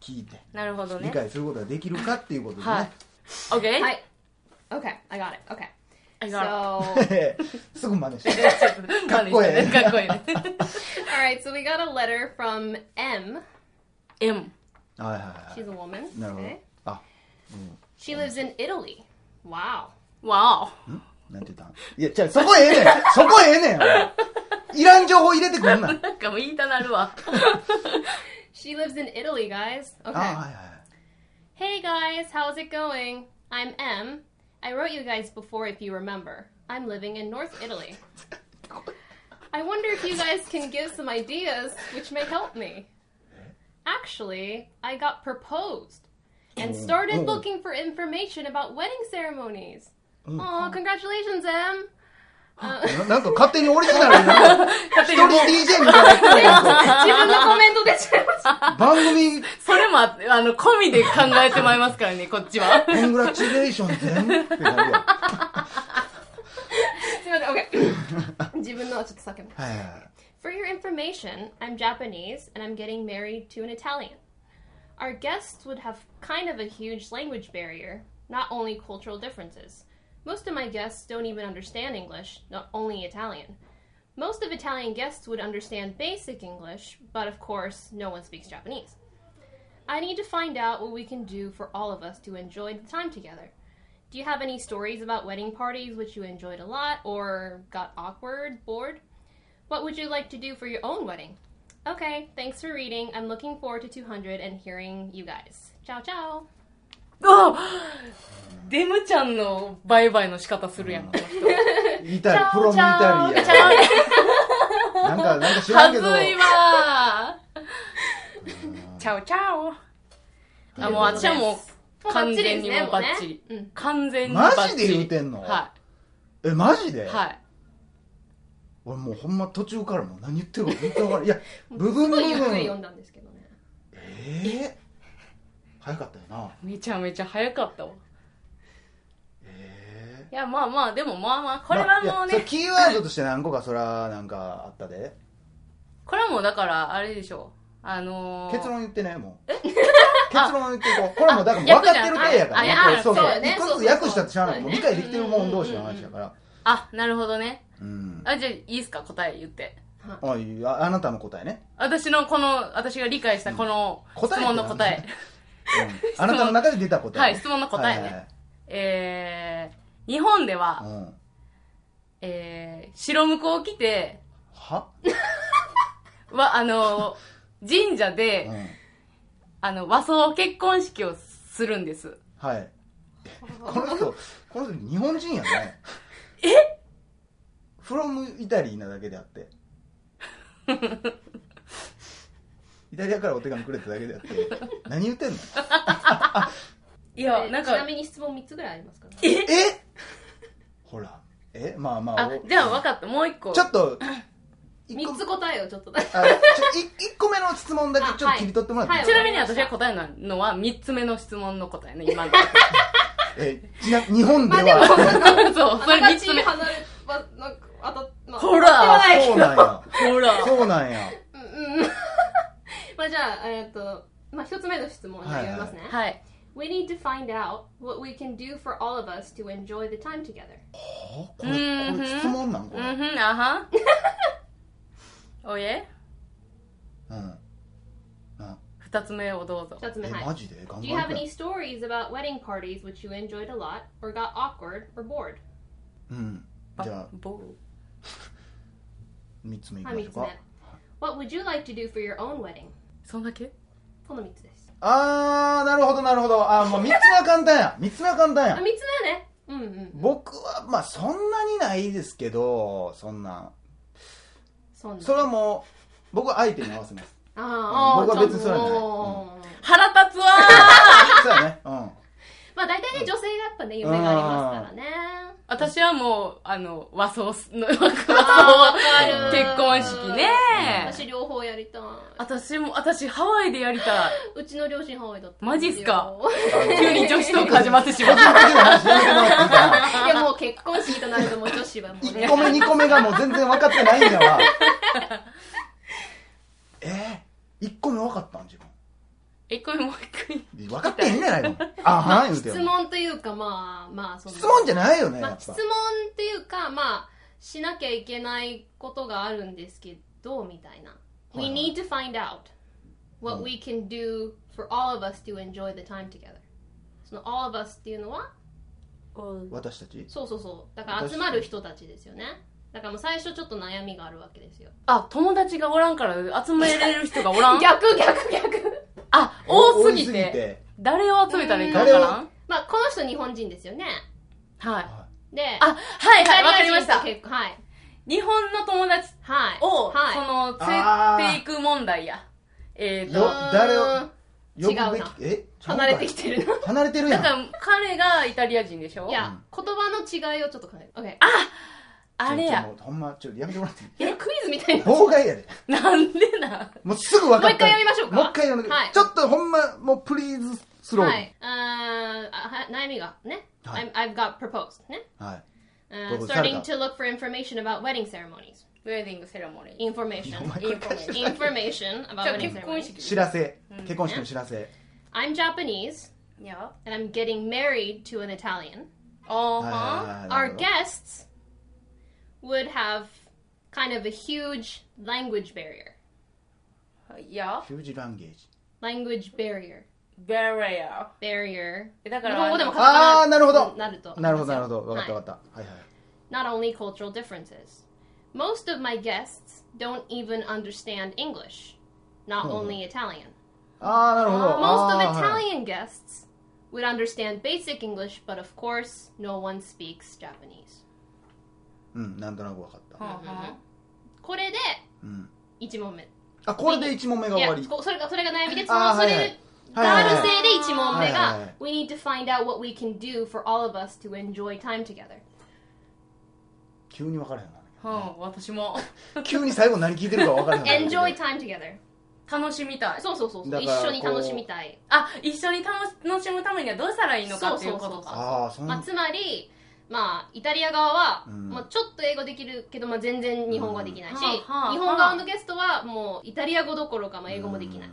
[SPEAKER 1] 聞いて
[SPEAKER 2] なるほど
[SPEAKER 1] 理
[SPEAKER 2] ね
[SPEAKER 1] 解することができるかっていうことでね、
[SPEAKER 2] はい OK?
[SPEAKER 3] はい OK I got it OK
[SPEAKER 2] I got
[SPEAKER 3] So
[SPEAKER 1] すぐ真似して
[SPEAKER 2] it
[SPEAKER 1] かっこええ
[SPEAKER 2] かっこええね
[SPEAKER 3] Alright, so we got a letter from M.
[SPEAKER 2] M
[SPEAKER 1] はいはいは
[SPEAKER 3] She's a woman.
[SPEAKER 1] いなるほど、
[SPEAKER 3] Okay.
[SPEAKER 1] あ
[SPEAKER 3] She lives in Italy. Wow.
[SPEAKER 2] わ
[SPEAKER 1] なんて言ったんいや、じゃそこええねんそこええねんおいいらん情報入れて くんな。
[SPEAKER 2] おなんかもう言いたなるわ
[SPEAKER 3] She lives in Italy, guys.
[SPEAKER 1] あ、はい
[SPEAKER 3] Okay.
[SPEAKER 1] はい。
[SPEAKER 3] Hey guys, how's it going? I'm M. I wrote you guys before if you remember. I'm living in North Italy. I wonder if you guys can give some ideas which may help me. Actually, I got proposed and
[SPEAKER 1] Oh.
[SPEAKER 3] started
[SPEAKER 1] Oh.
[SPEAKER 3] looking for information about wedding ceremonies.
[SPEAKER 1] うん
[SPEAKER 3] Oh, congratulations, Uh, Em.
[SPEAKER 1] な なんか勝手にオリジナルになる
[SPEAKER 2] 勝
[SPEAKER 1] 一
[SPEAKER 2] 手にも
[SPEAKER 1] 人
[SPEAKER 2] う
[SPEAKER 1] DJ みたいな人なんか
[SPEAKER 3] 自分のコメント出ちゃいました。
[SPEAKER 1] 番組
[SPEAKER 2] それもあって、あの、込みで考えてまいりますからね、こっちは。
[SPEAKER 1] コングラチュレーション全部ってなるわ
[SPEAKER 3] すいません、OK 自分のをちょっと叫ぶ。
[SPEAKER 1] はいはいはい
[SPEAKER 3] For your information, I'm Japanese and I'm getting married to an Italian. Our guests would have kind of a huge language barrier, not only cultural differences. Most of my guests don't even understand English, not only Italian. Most of Italian guests would understand basic English, but of course, no one speaks Japanese. I need to find out what we can do for all of us to enjoy the time together. Do you have any stories about wedding parties which you enjoyed a lot or got awkward, bored? What would you like to do for your own wedding? Okay, thanks for reading. I'm looking forward to 200 and hearing you guys. Ciao, ciao.
[SPEAKER 2] おデムちゃんのバイバイの仕方するやん、この人。
[SPEAKER 1] イタリプロのイタリアなんかなんか知ら
[SPEAKER 2] は
[SPEAKER 1] ん
[SPEAKER 2] ず
[SPEAKER 1] けど
[SPEAKER 2] いわーチャオチャオあ、もう私はもう完全にもうバッチリ。
[SPEAKER 3] うん。
[SPEAKER 2] 完全にバッチリ。
[SPEAKER 1] マジで言うてんの
[SPEAKER 2] は
[SPEAKER 1] えマジ
[SPEAKER 2] い。
[SPEAKER 1] で
[SPEAKER 2] はい。
[SPEAKER 1] 俺もうほんま途中からもう何言ってるか全然わからんいや部分
[SPEAKER 3] す
[SPEAKER 1] 部
[SPEAKER 3] ごいゆっくり読ん
[SPEAKER 1] 分
[SPEAKER 3] だんですけどね。
[SPEAKER 1] ええ早かったよな
[SPEAKER 2] めちゃめちゃ早かったわ。
[SPEAKER 1] ええ
[SPEAKER 2] いや、まあまあ、でもまあまあ、これ
[SPEAKER 1] ま
[SPEAKER 2] は
[SPEAKER 1] あいや
[SPEAKER 2] もう
[SPEAKER 1] それ
[SPEAKER 2] ね、
[SPEAKER 1] キーワードとして何個かそらなんかあったで
[SPEAKER 2] これはもうだから、あれでしょう。あのー、
[SPEAKER 1] 結論言ってねもう 結論言ってこうこれはもうだからもう分かってる体やからね
[SPEAKER 2] あ
[SPEAKER 1] これそうそ
[SPEAKER 3] そう
[SPEAKER 1] う
[SPEAKER 3] よね
[SPEAKER 1] 一個
[SPEAKER 3] そう
[SPEAKER 1] ず
[SPEAKER 3] そう
[SPEAKER 1] つ訳したって知らない
[SPEAKER 3] そう
[SPEAKER 1] も
[SPEAKER 3] よ
[SPEAKER 1] う理
[SPEAKER 3] ね
[SPEAKER 1] 解できてるもん同士の話だから
[SPEAKER 2] あ、なるほどね。
[SPEAKER 1] うん
[SPEAKER 2] あ、じゃあ、いいっすか、答え言って。
[SPEAKER 1] あいいああなたの答えね
[SPEAKER 2] 私のこの、私が理解したこの
[SPEAKER 1] うん
[SPEAKER 2] 質
[SPEAKER 1] 答え
[SPEAKER 2] 問の答え。
[SPEAKER 1] ってうんあなたの中で出た答え
[SPEAKER 2] はい、質問の答えね。えー、日本で
[SPEAKER 1] は
[SPEAKER 2] は、
[SPEAKER 1] いはいうん
[SPEAKER 2] えー、白婿を着て、
[SPEAKER 1] は
[SPEAKER 2] は、あのー、神社で、
[SPEAKER 1] うん
[SPEAKER 2] あの、和装結婚式をするんです。
[SPEAKER 1] はいこの人、この人日本人やね。え ?from イタリーなだけであ って。イタリアからお手紙くれただけであって。何言ってんの
[SPEAKER 2] いや、
[SPEAKER 3] で
[SPEAKER 2] なん
[SPEAKER 3] ちな
[SPEAKER 2] か、
[SPEAKER 3] みに質問3つぐらいありますから、
[SPEAKER 1] えほら。えまあまあ。
[SPEAKER 2] あ
[SPEAKER 1] お、
[SPEAKER 2] じゃあ分かった、もう一個。
[SPEAKER 1] ちょっと、一個
[SPEAKER 3] 3つ答えをちょっとだけ。
[SPEAKER 1] あ ちょい一個目の質問だけちょっと切り取ってもらっていい
[SPEAKER 3] はい
[SPEAKER 2] ちなみに私が答えなのは、三つ目の質問の答えね、今の。
[SPEAKER 1] えちな日本では、
[SPEAKER 2] そう、それ三つ目。
[SPEAKER 3] 離れ、ま、なんか、当たっ、まあ
[SPEAKER 2] ほ ら
[SPEAKER 3] 当たって
[SPEAKER 1] そうな
[SPEAKER 3] はない
[SPEAKER 1] んや。
[SPEAKER 2] ほら。
[SPEAKER 1] そうなんや。
[SPEAKER 3] けどうん うん。まあじゃあ、えーっと、まあ1つ目の質問じゃあ読みますね。
[SPEAKER 2] はい。
[SPEAKER 3] We need to find out what we can do for all of us to enjoy the time together.
[SPEAKER 1] あこ
[SPEAKER 2] う
[SPEAKER 1] れ、
[SPEAKER 2] ん
[SPEAKER 1] これ質問なんこ
[SPEAKER 2] う
[SPEAKER 1] れ。
[SPEAKER 2] んふん、あは。おえ
[SPEAKER 1] うん。
[SPEAKER 2] 二つ目をどうぞ。
[SPEAKER 3] 2つ目、
[SPEAKER 1] え、
[SPEAKER 3] はい。
[SPEAKER 1] マジで頑張る
[SPEAKER 3] Do you have any stories about wedding parties which you enjoyed a lot, or got awkward, or bored?
[SPEAKER 1] うん。じゃあ、
[SPEAKER 2] ぼぼ
[SPEAKER 1] 3つ目いき
[SPEAKER 3] は
[SPEAKER 1] まし
[SPEAKER 3] い、
[SPEAKER 1] ょう
[SPEAKER 3] 3つ
[SPEAKER 1] か
[SPEAKER 3] 目。。What would you like to do for your own wedding?
[SPEAKER 2] そんだけ
[SPEAKER 3] この3つです。
[SPEAKER 1] あー、なるほど、なるほど。あー、もう3つ目は簡単や。3つ目は簡単
[SPEAKER 3] あ、3
[SPEAKER 1] や
[SPEAKER 3] つ。目はね。うんうん。
[SPEAKER 1] 僕は、まあ、そんなにないですけど、そんなん。
[SPEAKER 3] そんな。
[SPEAKER 1] それはもう、僕は相手に合わせます。
[SPEAKER 3] あーあー、
[SPEAKER 1] 僕は別に
[SPEAKER 3] ちゃんと
[SPEAKER 1] それはね
[SPEAKER 3] うん
[SPEAKER 2] 腹立つわー
[SPEAKER 1] そうやね。うん。
[SPEAKER 3] まあ大体ね、女性がやっぱね、夢がありますからね。
[SPEAKER 2] 私はもう、あの、和装す の、和装、結
[SPEAKER 3] あーわかる
[SPEAKER 2] 婚式ね。
[SPEAKER 3] 私両方やりたい。
[SPEAKER 2] 私も、私ハワイでやりたい。
[SPEAKER 3] うちの両親ハワイだったんです
[SPEAKER 2] マジ
[SPEAKER 3] よ。
[SPEAKER 2] っすか急
[SPEAKER 3] 急
[SPEAKER 2] に女子トーク始まってしまっ
[SPEAKER 1] 個
[SPEAKER 2] た。
[SPEAKER 1] 目の話やめてもらっていいか
[SPEAKER 3] いやもう結婚式となるともう女子はも う
[SPEAKER 1] な。1
[SPEAKER 3] ね
[SPEAKER 1] 個目、2個目がもう全然分かってないんだわ。 えー、1個目分かったん自分。
[SPEAKER 2] え、これもう一回。
[SPEAKER 1] 分かってへんじゃないのあはん言うてよ
[SPEAKER 3] 質問というかまあまあその
[SPEAKER 1] 質問じゃないよね、
[SPEAKER 3] ま
[SPEAKER 1] や
[SPEAKER 3] あ
[SPEAKER 1] っ
[SPEAKER 3] 質
[SPEAKER 1] ぱ
[SPEAKER 3] 問。っていうかまあしなきゃいけないことがあるんですけどみたいな、
[SPEAKER 1] はいはい
[SPEAKER 3] We need to find out
[SPEAKER 1] う
[SPEAKER 3] what
[SPEAKER 1] ん
[SPEAKER 3] we can do for all of us to enjoy the time together その all of us っていうのは
[SPEAKER 1] 私たち
[SPEAKER 3] そうそうそうだから集まる人たちですよねだからもう最初ちょっと悩みがあるわけですよ
[SPEAKER 2] あ、友達がおらんから集めれる人がおらん
[SPEAKER 3] 逆逆逆
[SPEAKER 2] あ、多すぎ
[SPEAKER 1] 多
[SPEAKER 2] て。。誰を集めたらいいかわ
[SPEAKER 1] 誰
[SPEAKER 2] か
[SPEAKER 1] を
[SPEAKER 2] らん
[SPEAKER 3] まあこの人日本人ですよね
[SPEAKER 2] はい。
[SPEAKER 3] で
[SPEAKER 2] あ、はいはい、わかりました。
[SPEAKER 3] イタリア人と結構はい
[SPEAKER 2] 日本の友達
[SPEAKER 3] はい
[SPEAKER 2] を、
[SPEAKER 3] はい
[SPEAKER 2] その、
[SPEAKER 1] あー
[SPEAKER 2] 連れていく問題や。えー、
[SPEAKER 1] よ
[SPEAKER 2] と
[SPEAKER 1] 誰を
[SPEAKER 3] う
[SPEAKER 1] 呼ぶ
[SPEAKER 3] 違
[SPEAKER 1] べき
[SPEAKER 3] うな
[SPEAKER 1] え
[SPEAKER 3] 離れてきてるな。
[SPEAKER 1] 離れてるや
[SPEAKER 2] だ
[SPEAKER 1] ん
[SPEAKER 2] から彼がイタリア人でしょ
[SPEAKER 3] いや、言葉の違いをちょっと考える。オッケー
[SPEAKER 2] あれ
[SPEAKER 1] ちょ
[SPEAKER 2] や
[SPEAKER 1] もうほんまちょっとやめてもらっていい
[SPEAKER 3] え、クイズみたいな。
[SPEAKER 1] 妨害やで
[SPEAKER 2] なんでな
[SPEAKER 1] もうすぐ分かった
[SPEAKER 3] もう一回やりましょうか
[SPEAKER 1] もう一回やめて
[SPEAKER 3] はい
[SPEAKER 1] ちょっとほんまもうプリーズスローに
[SPEAKER 3] はい。あーあは悩みがね。
[SPEAKER 1] はい
[SPEAKER 3] I'm- I've got proposed ね。
[SPEAKER 1] はい、
[SPEAKER 3] Uh,
[SPEAKER 1] Proposed
[SPEAKER 3] starting
[SPEAKER 1] された
[SPEAKER 3] to look for information about wedding ceremonies.
[SPEAKER 2] ウェディングセレモニー
[SPEAKER 3] Information.
[SPEAKER 1] お前これ返してない
[SPEAKER 3] Information about
[SPEAKER 2] じゃあ
[SPEAKER 3] wedding
[SPEAKER 2] 結婚
[SPEAKER 3] ceremonies.
[SPEAKER 2] 式
[SPEAKER 1] 知らせ結婚式の知らせ、
[SPEAKER 3] I'm Japanese
[SPEAKER 2] いや
[SPEAKER 3] and I'm getting married to an Italian.
[SPEAKER 2] あー
[SPEAKER 1] はい
[SPEAKER 2] は
[SPEAKER 1] はいはいな
[SPEAKER 3] Our
[SPEAKER 1] るほど
[SPEAKER 3] guests would have kind of a huge language barrier.
[SPEAKER 2] いや
[SPEAKER 1] ヒュージランゲージ
[SPEAKER 3] Language barrier.
[SPEAKER 2] ベレア
[SPEAKER 3] Barrier.
[SPEAKER 2] えだか
[SPEAKER 3] 日
[SPEAKER 2] ら
[SPEAKER 3] 本語でもカタカナ
[SPEAKER 1] ああなるほど
[SPEAKER 3] なると。
[SPEAKER 1] なるほどなるほど分かった
[SPEAKER 3] は
[SPEAKER 1] 分
[SPEAKER 3] い
[SPEAKER 1] かった、はい、はい
[SPEAKER 3] Not only cultural differences. Most of my guests don't even understand English, not
[SPEAKER 1] Hmm.
[SPEAKER 3] only Italian.
[SPEAKER 1] ああなるほど
[SPEAKER 3] Most of
[SPEAKER 1] あーはい
[SPEAKER 3] Italian guests would understand basic English, but of course, no one speaks Japanese.
[SPEAKER 1] うんなんとなく分かった、
[SPEAKER 2] はあは
[SPEAKER 3] これで Hmm.
[SPEAKER 1] うん、
[SPEAKER 3] 1問目。
[SPEAKER 1] あこれで一問目が
[SPEAKER 3] い
[SPEAKER 1] 終わ
[SPEAKER 3] や、
[SPEAKER 1] り
[SPEAKER 3] そそれがそれが悩みで、そ
[SPEAKER 1] あー
[SPEAKER 3] のそれ
[SPEAKER 1] はいは
[SPEAKER 3] で
[SPEAKER 1] い、
[SPEAKER 3] がある
[SPEAKER 1] はいはい
[SPEAKER 3] せいで1問目
[SPEAKER 1] はいはいは
[SPEAKER 3] が
[SPEAKER 1] い、
[SPEAKER 3] We need to find out what we can do for all of us to enjoy time together.
[SPEAKER 1] 急に分からへんわ
[SPEAKER 2] あはあ私 も
[SPEAKER 1] 急に最後何聞いてるか分からへんわ
[SPEAKER 3] Enjoy time together.
[SPEAKER 2] 楽しみたい
[SPEAKER 3] そうそうそうそ
[SPEAKER 1] だか
[SPEAKER 3] う、一
[SPEAKER 1] ら
[SPEAKER 3] 緒に楽しみたい。
[SPEAKER 2] あ一緒に楽し楽しむためにはどうしたらいいのかっていうこ
[SPEAKER 3] そ
[SPEAKER 2] と
[SPEAKER 3] うそうそう
[SPEAKER 2] か
[SPEAKER 1] ああそん
[SPEAKER 3] まあ、つまり、まあ、イタリア側は、
[SPEAKER 1] うん
[SPEAKER 3] まあ、ちょっと英語できるけど、まあ、全然日本語はできないし、
[SPEAKER 2] うんはあはあ
[SPEAKER 3] 日本側のゲストはもうイタリア語どころか、まあ、英語もできない、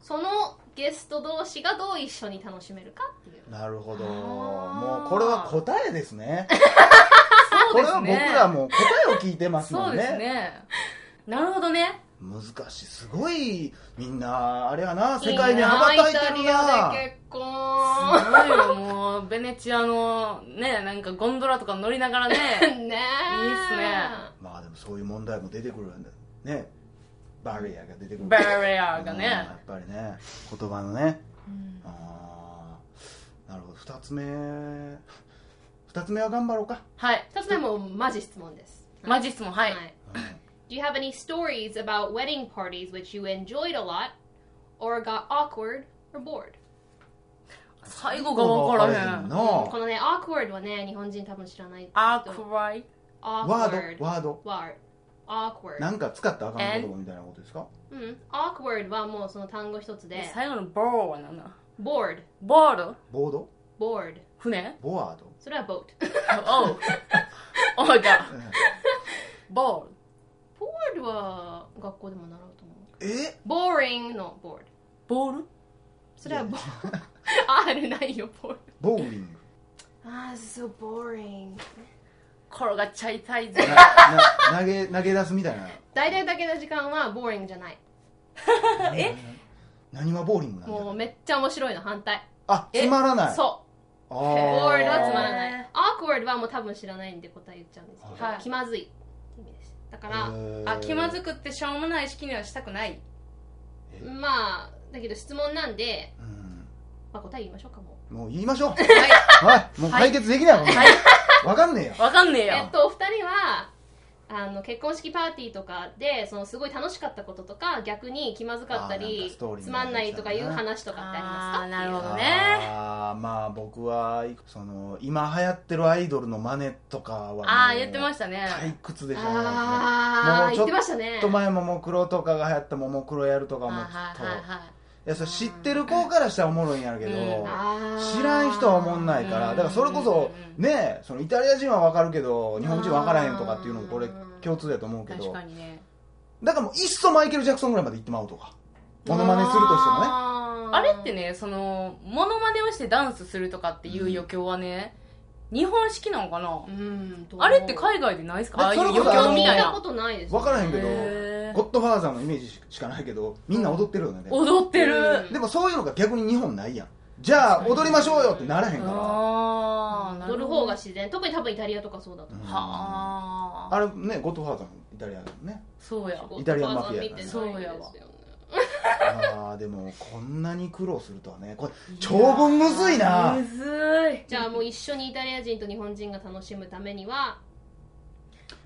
[SPEAKER 3] そのゲスト同士がどう一緒に楽しめるかっていう
[SPEAKER 1] なるほど
[SPEAKER 2] あー
[SPEAKER 1] もうこれは答えですね
[SPEAKER 2] そ
[SPEAKER 1] こ
[SPEAKER 2] う
[SPEAKER 1] れ
[SPEAKER 2] で
[SPEAKER 1] は
[SPEAKER 2] す
[SPEAKER 1] 僕
[SPEAKER 2] ね
[SPEAKER 1] らもう答えを聞いてますも
[SPEAKER 2] そうんで
[SPEAKER 1] ね
[SPEAKER 2] すねなるほどね
[SPEAKER 1] 難しいすごいみんなあれやな世界に羽ばたいてる
[SPEAKER 3] いい
[SPEAKER 1] な
[SPEAKER 3] イタリアで結
[SPEAKER 2] す
[SPEAKER 3] 婚
[SPEAKER 2] ごいよもうベネチアのねなんかゴンドラとか乗りながらね い
[SPEAKER 3] ね
[SPEAKER 2] いっすね
[SPEAKER 1] まあでもそういう問題も出てくるんだよねバリアが出てくる
[SPEAKER 2] バレアが
[SPEAKER 1] うん
[SPEAKER 2] ね
[SPEAKER 1] やっぱりね言葉のね、ああなるほど2つ目2つ目は頑張ろうか、
[SPEAKER 2] はい
[SPEAKER 3] 2つ目もマジ質問です
[SPEAKER 2] マジ質問はい、
[SPEAKER 3] はい
[SPEAKER 1] うん
[SPEAKER 3] Do you have any stories about wedding parties which you enjoyed a lot or got awkward or bored?
[SPEAKER 2] 最後が分からへん
[SPEAKER 1] 分
[SPEAKER 3] こ
[SPEAKER 1] な
[SPEAKER 3] のね、awkward はね、日本人多分知らない。
[SPEAKER 2] アークライ
[SPEAKER 1] ワ
[SPEAKER 3] awkward
[SPEAKER 1] ードワード
[SPEAKER 3] word awkward
[SPEAKER 1] なんか使ったらあかん言葉みたいなことですか
[SPEAKER 3] うん awkward はもうその単語一つで
[SPEAKER 2] 最後のボーは何だ
[SPEAKER 3] board
[SPEAKER 2] ボール
[SPEAKER 1] ボード
[SPEAKER 3] board
[SPEAKER 2] 船
[SPEAKER 1] ボワード
[SPEAKER 3] それは boat
[SPEAKER 2] おうおうがボール
[SPEAKER 3] board は学校でも習うと思う
[SPEAKER 1] え
[SPEAKER 3] boring の board
[SPEAKER 2] ボール
[SPEAKER 3] それは board R ないよ board
[SPEAKER 1] ボーリング
[SPEAKER 3] ああ so boring
[SPEAKER 2] 転がっちゃいたいぜ
[SPEAKER 1] なな投げ投げ出すみたいな
[SPEAKER 3] 大体だけの時間は boring じゃない
[SPEAKER 2] え
[SPEAKER 1] 何はボーリングなん
[SPEAKER 3] もう
[SPEAKER 1] だ
[SPEAKER 3] めっちゃ面白いの反対
[SPEAKER 1] あ
[SPEAKER 2] え
[SPEAKER 1] つまらない
[SPEAKER 3] そ
[SPEAKER 1] あ
[SPEAKER 3] う board はつまら
[SPEAKER 1] い
[SPEAKER 3] ない awkward はもう多分知らないんで答え言っちゃうんですけど、
[SPEAKER 2] はい
[SPEAKER 3] 気まずいって意味ですだから
[SPEAKER 2] あ気まずくってしょうもない式にはしたくない
[SPEAKER 3] まあだけど質問なんで、
[SPEAKER 1] うん
[SPEAKER 3] まあ、答え言いましょうかもう
[SPEAKER 1] もう言いましょう
[SPEAKER 2] はい
[SPEAKER 1] はいもう解決できないわ
[SPEAKER 2] はい
[SPEAKER 1] わかんねえよ
[SPEAKER 2] わかんねえ
[SPEAKER 3] えっ
[SPEAKER 2] よ
[SPEAKER 3] とお二人はあの結婚式パーティーとかでそのすごい楽しかったこととか逆に気まずかった
[SPEAKER 1] あーなん
[SPEAKER 3] り
[SPEAKER 1] かストーリー
[SPEAKER 3] つ
[SPEAKER 1] みた
[SPEAKER 3] ま
[SPEAKER 1] い
[SPEAKER 3] ん
[SPEAKER 1] な
[SPEAKER 3] な
[SPEAKER 1] や
[SPEAKER 3] い
[SPEAKER 1] つ
[SPEAKER 3] と
[SPEAKER 1] だな
[SPEAKER 3] かいう話とかってありますか
[SPEAKER 2] あーなるほどね
[SPEAKER 1] あーまあ僕はその今流行ってるアイドルの真似とかはもう
[SPEAKER 2] ああ言ってましたね
[SPEAKER 1] 退屈でしょうがない
[SPEAKER 3] ああ
[SPEAKER 1] もうちょ
[SPEAKER 3] ー言
[SPEAKER 1] っと
[SPEAKER 3] ってました
[SPEAKER 1] ちょ
[SPEAKER 3] ね
[SPEAKER 1] っと前ももクロとかが流行ったももクロやるとかもちょっと
[SPEAKER 2] はいはいはいはい
[SPEAKER 1] いやそれ知ってる子からしたらおもろいんやろうけど
[SPEAKER 2] うん
[SPEAKER 3] あー
[SPEAKER 1] 知らん人はおもんないから
[SPEAKER 2] う
[SPEAKER 1] だ
[SPEAKER 2] ん
[SPEAKER 1] からそれこそ
[SPEAKER 2] うん
[SPEAKER 1] ねそのイタリア人はわかるけど日本人わからへんとかっていうのもこれ
[SPEAKER 3] うん
[SPEAKER 1] 共通だと思うけ
[SPEAKER 2] 確
[SPEAKER 1] ど
[SPEAKER 2] かにね
[SPEAKER 1] だからもういっそマイケル・ジャクソンぐらいまで行ってまうとかモノマネするとしてもね
[SPEAKER 3] あー
[SPEAKER 2] あれってねそのモノマネをしてダンスするとかっていう余興はね、日本式なのかな
[SPEAKER 3] う、んどう
[SPEAKER 2] あれって海外でないですか
[SPEAKER 1] え
[SPEAKER 2] ああいう
[SPEAKER 1] それこ
[SPEAKER 2] 余
[SPEAKER 1] そ
[SPEAKER 2] 興み
[SPEAKER 3] 見
[SPEAKER 2] たい
[SPEAKER 3] た
[SPEAKER 2] な
[SPEAKER 3] ことないです
[SPEAKER 1] 分からへんけど
[SPEAKER 2] へー
[SPEAKER 1] ゴッドファーザーのイメージしかないけどみんな踊ってるよね、
[SPEAKER 2] 踊ってる、
[SPEAKER 3] うん
[SPEAKER 1] でもそういうのが逆に日本ないやんじゃあ踊りましょうよってならへんか
[SPEAKER 2] ああな
[SPEAKER 3] 乗
[SPEAKER 2] る
[SPEAKER 3] る
[SPEAKER 2] ほ
[SPEAKER 3] 方
[SPEAKER 2] ど
[SPEAKER 3] が
[SPEAKER 2] は
[SPEAKER 3] 自然特に多分イタリアとかそうだと思う
[SPEAKER 1] ら、
[SPEAKER 2] あ
[SPEAKER 1] あれねゴッドファーザーのイタリアだもんね
[SPEAKER 2] そうや
[SPEAKER 1] イタリアンマフィアやからね
[SPEAKER 3] そうやわ
[SPEAKER 1] ああでもこんなに苦労するとはねこれ長文むずいな
[SPEAKER 2] むずい
[SPEAKER 3] じゃあもう一緒にイタリア人と日本人が楽しむためには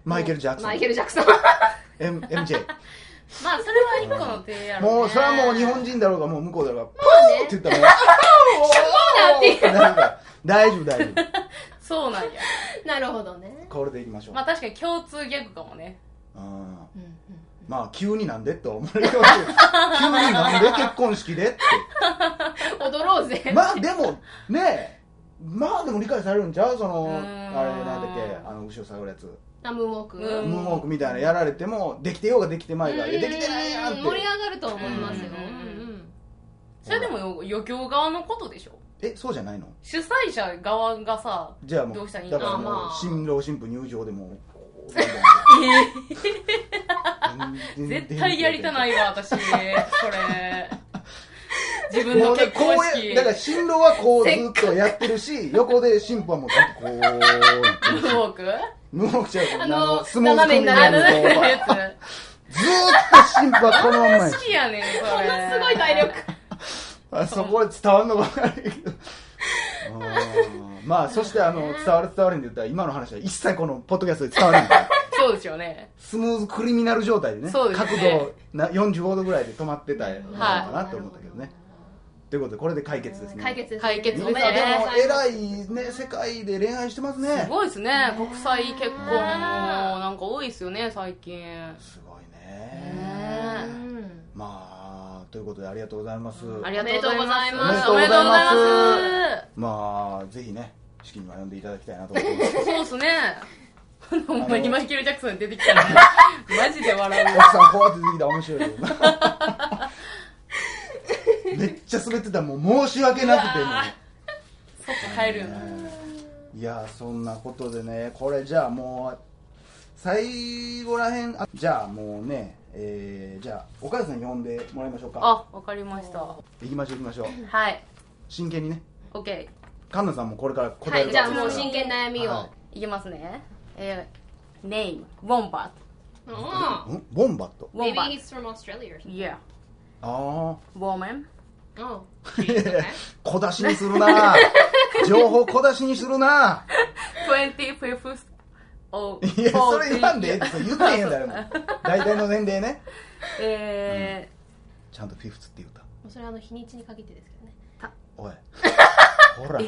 [SPEAKER 1] マイケル・ジャクソン
[SPEAKER 3] マイケル・ジャクソン
[SPEAKER 1] M- MJ
[SPEAKER 2] まあそれは一個の手やろね
[SPEAKER 1] もうそれはもう日本人だろうがもう向こうだ ろうがポ
[SPEAKER 3] あ
[SPEAKER 1] ー
[SPEAKER 3] ね
[SPEAKER 1] って言ったら
[SPEAKER 3] なんて
[SPEAKER 1] もうなんか大丈夫大丈夫
[SPEAKER 2] そうなんや
[SPEAKER 3] なるほどね。
[SPEAKER 1] これでいきましょう
[SPEAKER 2] まあ確かに共通ギャグかもね
[SPEAKER 1] あー
[SPEAKER 3] うんうん
[SPEAKER 1] まあ急になんでって思われるけど急になんで結婚式でっ
[SPEAKER 3] 踊ろうぜ。
[SPEAKER 1] てまあでもねえまあでも理解されるんちゃうその
[SPEAKER 2] うー
[SPEAKER 1] あ
[SPEAKER 2] ん
[SPEAKER 1] れなんだっけあの後ろ下がるやつ
[SPEAKER 3] あムーンウォーク。
[SPEAKER 2] ム
[SPEAKER 1] ム
[SPEAKER 2] ー
[SPEAKER 1] ー
[SPEAKER 2] ン
[SPEAKER 1] ンウォークみたいなやられてもできてようができてまいがいやできてないやんっ
[SPEAKER 3] う
[SPEAKER 1] て
[SPEAKER 3] 盛り上がると思いますよ。
[SPEAKER 2] う
[SPEAKER 3] うんん
[SPEAKER 2] それでもよ余興側のことでしょ
[SPEAKER 1] えそうじゃないの
[SPEAKER 2] 主催者側がさ
[SPEAKER 1] じゃあも
[SPEAKER 2] どう
[SPEAKER 1] う
[SPEAKER 2] したらいい
[SPEAKER 1] だから
[SPEAKER 3] あ
[SPEAKER 1] も
[SPEAKER 3] ま
[SPEAKER 1] う
[SPEAKER 3] あ
[SPEAKER 1] 新郎新婦入場でもう全然
[SPEAKER 2] 絶対やりたないわ私これ自分
[SPEAKER 1] も
[SPEAKER 2] の
[SPEAKER 1] うね
[SPEAKER 2] 結婚
[SPEAKER 1] こう
[SPEAKER 2] 式
[SPEAKER 1] やだから新郎はこうずっとやってるし横で新婦はもうずっとこうやって
[SPEAKER 2] ム
[SPEAKER 1] る
[SPEAKER 2] ーンウォーク
[SPEAKER 1] 無目ちゃう
[SPEAKER 3] あ
[SPEAKER 1] あ
[SPEAKER 3] の
[SPEAKER 1] の相撲作り
[SPEAKER 2] あ
[SPEAKER 1] な
[SPEAKER 2] の
[SPEAKER 1] の
[SPEAKER 2] や
[SPEAKER 1] こうずーっ
[SPEAKER 2] つ
[SPEAKER 1] と新婦はこのまんまやし
[SPEAKER 2] 好きやねんこ
[SPEAKER 3] こん
[SPEAKER 2] れ
[SPEAKER 3] なすごい体力。
[SPEAKER 1] あそこで伝わるのか分からないけどあーまあそしてあの伝わる伝わるんで言ったら今の話は一切このポッドキャストで伝わらないから
[SPEAKER 2] そうですよね
[SPEAKER 1] スムーズクリミナル状態でね
[SPEAKER 2] そうですね
[SPEAKER 1] 角度な45度ぐらいで止まってたのかなと思ったけどね、ということでこれで解決ですね
[SPEAKER 3] 解決ですね
[SPEAKER 2] 解決
[SPEAKER 1] み
[SPEAKER 2] お
[SPEAKER 1] ん
[SPEAKER 2] め
[SPEAKER 1] な
[SPEAKER 2] で
[SPEAKER 1] で
[SPEAKER 2] と
[SPEAKER 1] も
[SPEAKER 2] うございます
[SPEAKER 1] 偉いね世界で恋愛してますね
[SPEAKER 2] すごいですね国際結婚もなんか多いですよね最近
[SPEAKER 1] すごいね
[SPEAKER 2] ね
[SPEAKER 3] うん
[SPEAKER 1] まあということでありがとうございます
[SPEAKER 2] ありがとうございま
[SPEAKER 1] おめでとうございます
[SPEAKER 2] すおめでとうございます
[SPEAKER 1] まあぜひね式には呼んでいただきたいなと思ってます
[SPEAKER 2] そうっすね。
[SPEAKER 1] あ
[SPEAKER 2] お
[SPEAKER 1] の
[SPEAKER 2] 前にマイケル・ジャクソン出て きたら、マジで笑う。
[SPEAKER 1] 奥さんこうやって出てきたら面白いよめっちゃ滑ってたもう申し訳なくてもう
[SPEAKER 2] そっか、帰るよな。
[SPEAKER 1] いやそんなことでねこれじゃあもう最後らへんあじゃあもうねえーじゃあ岡田さん呼んでもらいましょうか
[SPEAKER 2] あ、わかりました。は
[SPEAKER 1] 行きましょう行きましょう
[SPEAKER 2] い。
[SPEAKER 1] 真剣にね
[SPEAKER 2] オッケ
[SPEAKER 1] カンナさんもこれから答
[SPEAKER 3] は
[SPEAKER 1] える
[SPEAKER 3] い、じゃあもう
[SPEAKER 1] 真剣
[SPEAKER 3] 真剣な悩みを。
[SPEAKER 2] ー。いきますね。えー、ネーム、ウォンバ
[SPEAKER 3] うん
[SPEAKER 1] んボンバット
[SPEAKER 2] ット。ウォン
[SPEAKER 3] Maybe
[SPEAKER 2] バッ
[SPEAKER 3] he's from Australia or
[SPEAKER 2] ト。Yeah.
[SPEAKER 1] ああ
[SPEAKER 2] Woman.
[SPEAKER 3] something. Oh.
[SPEAKER 1] 小出しにするな情報小出しにするな
[SPEAKER 2] 25th of
[SPEAKER 1] い やそれ言わんでええってそれ言ってへんやん誰も大体の年齢ね
[SPEAKER 2] え
[SPEAKER 1] ちゃんとフィフツって言うた
[SPEAKER 3] それはあの日にちに限ってですけどね。
[SPEAKER 1] おいほら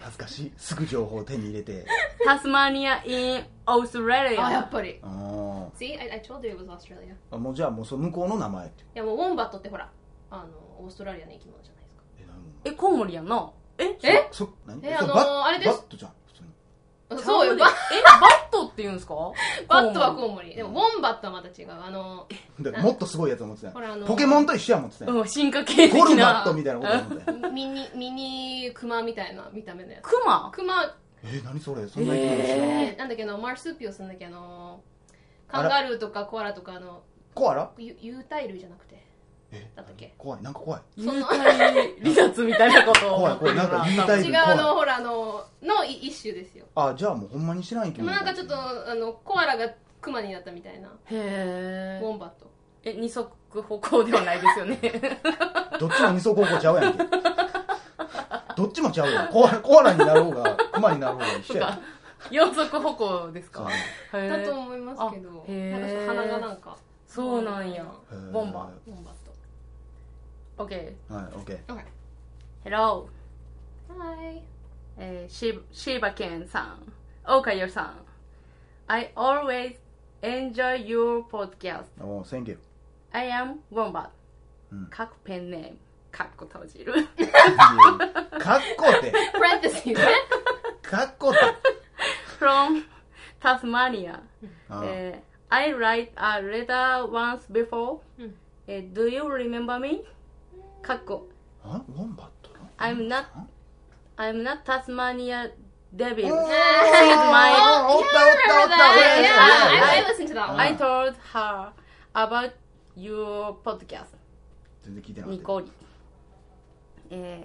[SPEAKER 1] 恥ずかしいすぐ情報を手に入れて
[SPEAKER 2] ー、タスマニア in
[SPEAKER 3] あ、や
[SPEAKER 2] Australia.
[SPEAKER 3] っぱり。
[SPEAKER 1] あー
[SPEAKER 3] See, I, I told you it was Australia. い
[SPEAKER 1] あもうじゃあもうその向こうの名前って
[SPEAKER 3] やもうウォンバットってほら、あの、オーストラリアの生き物じゃないですか。
[SPEAKER 1] え
[SPEAKER 2] え、コウモリやんな。え
[SPEAKER 3] え
[SPEAKER 1] 何そ何
[SPEAKER 3] え
[SPEAKER 1] そ
[SPEAKER 3] あのー
[SPEAKER 1] バッ
[SPEAKER 3] あれです
[SPEAKER 1] バットじゃん普通に
[SPEAKER 3] そうよ、
[SPEAKER 2] ちゃ
[SPEAKER 3] バ
[SPEAKER 2] うでえ、バットって言うんですか
[SPEAKER 3] バットは
[SPEAKER 2] コウモ
[SPEAKER 3] コウモリ。でも、ウォンバットはまた違う。あの、
[SPEAKER 1] だからもっとすごいやつを持ってたんや
[SPEAKER 3] ほらあのー
[SPEAKER 1] ポケモンと一緒や持ってたん
[SPEAKER 2] リ
[SPEAKER 1] や
[SPEAKER 2] うん、進化系的な。
[SPEAKER 1] ゴルバットみたいなことや持ってたんや
[SPEAKER 3] ミニ、ミニクマみたいな見た目のやつ。
[SPEAKER 2] クマ
[SPEAKER 3] クマ、
[SPEAKER 1] えー何それそんな生き物知らん
[SPEAKER 2] え
[SPEAKER 3] なんだっけの、マルスーピオスなんだっけあの、カンガルーとかコアラとかあの、
[SPEAKER 1] コアラ
[SPEAKER 3] ゆ有袋類じゃなくて。
[SPEAKER 1] え
[SPEAKER 3] だったっけ
[SPEAKER 1] 怖いなんか怖い
[SPEAKER 2] 幽体離脱みたいなことを
[SPEAKER 1] 怖い怖いなんか幽体
[SPEAKER 3] 違
[SPEAKER 1] 類
[SPEAKER 3] う、あの、
[SPEAKER 1] 怖い
[SPEAKER 3] ほら、あの、の一種ですよ。
[SPEAKER 1] あじゃあもうほんまに知らん生き
[SPEAKER 3] でも
[SPEAKER 1] 物
[SPEAKER 3] なんかちょっとあのコアラがクマになったみたいなウ
[SPEAKER 2] へ
[SPEAKER 3] ォンバット
[SPEAKER 2] ええ二足歩行ではないですよね
[SPEAKER 1] どっちも二層高校ちゃうやんけどっちもちゃうやんコアラコアラになろうがクマになろうが一緒やん
[SPEAKER 2] 四足歩行ですかへ
[SPEAKER 3] だと
[SPEAKER 2] ー
[SPEAKER 3] 思いますけど
[SPEAKER 2] あへー
[SPEAKER 3] なんかちょっと鼻がなんか
[SPEAKER 2] そうなんや
[SPEAKER 1] へー
[SPEAKER 2] ボンバ
[SPEAKER 3] ウォンバット
[SPEAKER 2] OK
[SPEAKER 1] はいオッケー
[SPEAKER 2] Hello、
[SPEAKER 3] はい
[SPEAKER 2] えー、シシーバケンさんオーカヨさん I always enjoy your podcast
[SPEAKER 1] おお Thank you
[SPEAKER 2] I am Wombat
[SPEAKER 1] うん
[SPEAKER 2] 各ペンネームかっこ閉じる
[SPEAKER 1] かっこって
[SPEAKER 3] プレンテスね
[SPEAKER 1] かっこって
[SPEAKER 2] from Tasmania
[SPEAKER 1] あー
[SPEAKER 2] Uh, I write a letter once before.
[SPEAKER 3] Mm.
[SPEAKER 2] Uh, do you remember me? Kakko.
[SPEAKER 1] あウォンバットの
[SPEAKER 2] I'm not. I'm not Tasmania devil.
[SPEAKER 1] おお
[SPEAKER 2] She's my.
[SPEAKER 1] ったおったおった
[SPEAKER 2] Yeah, yeah,
[SPEAKER 3] I I
[SPEAKER 2] yeah.
[SPEAKER 3] listened to that one
[SPEAKER 2] I told her about your podcast,
[SPEAKER 1] 全然聞いてなかった
[SPEAKER 2] Nicole. Uh,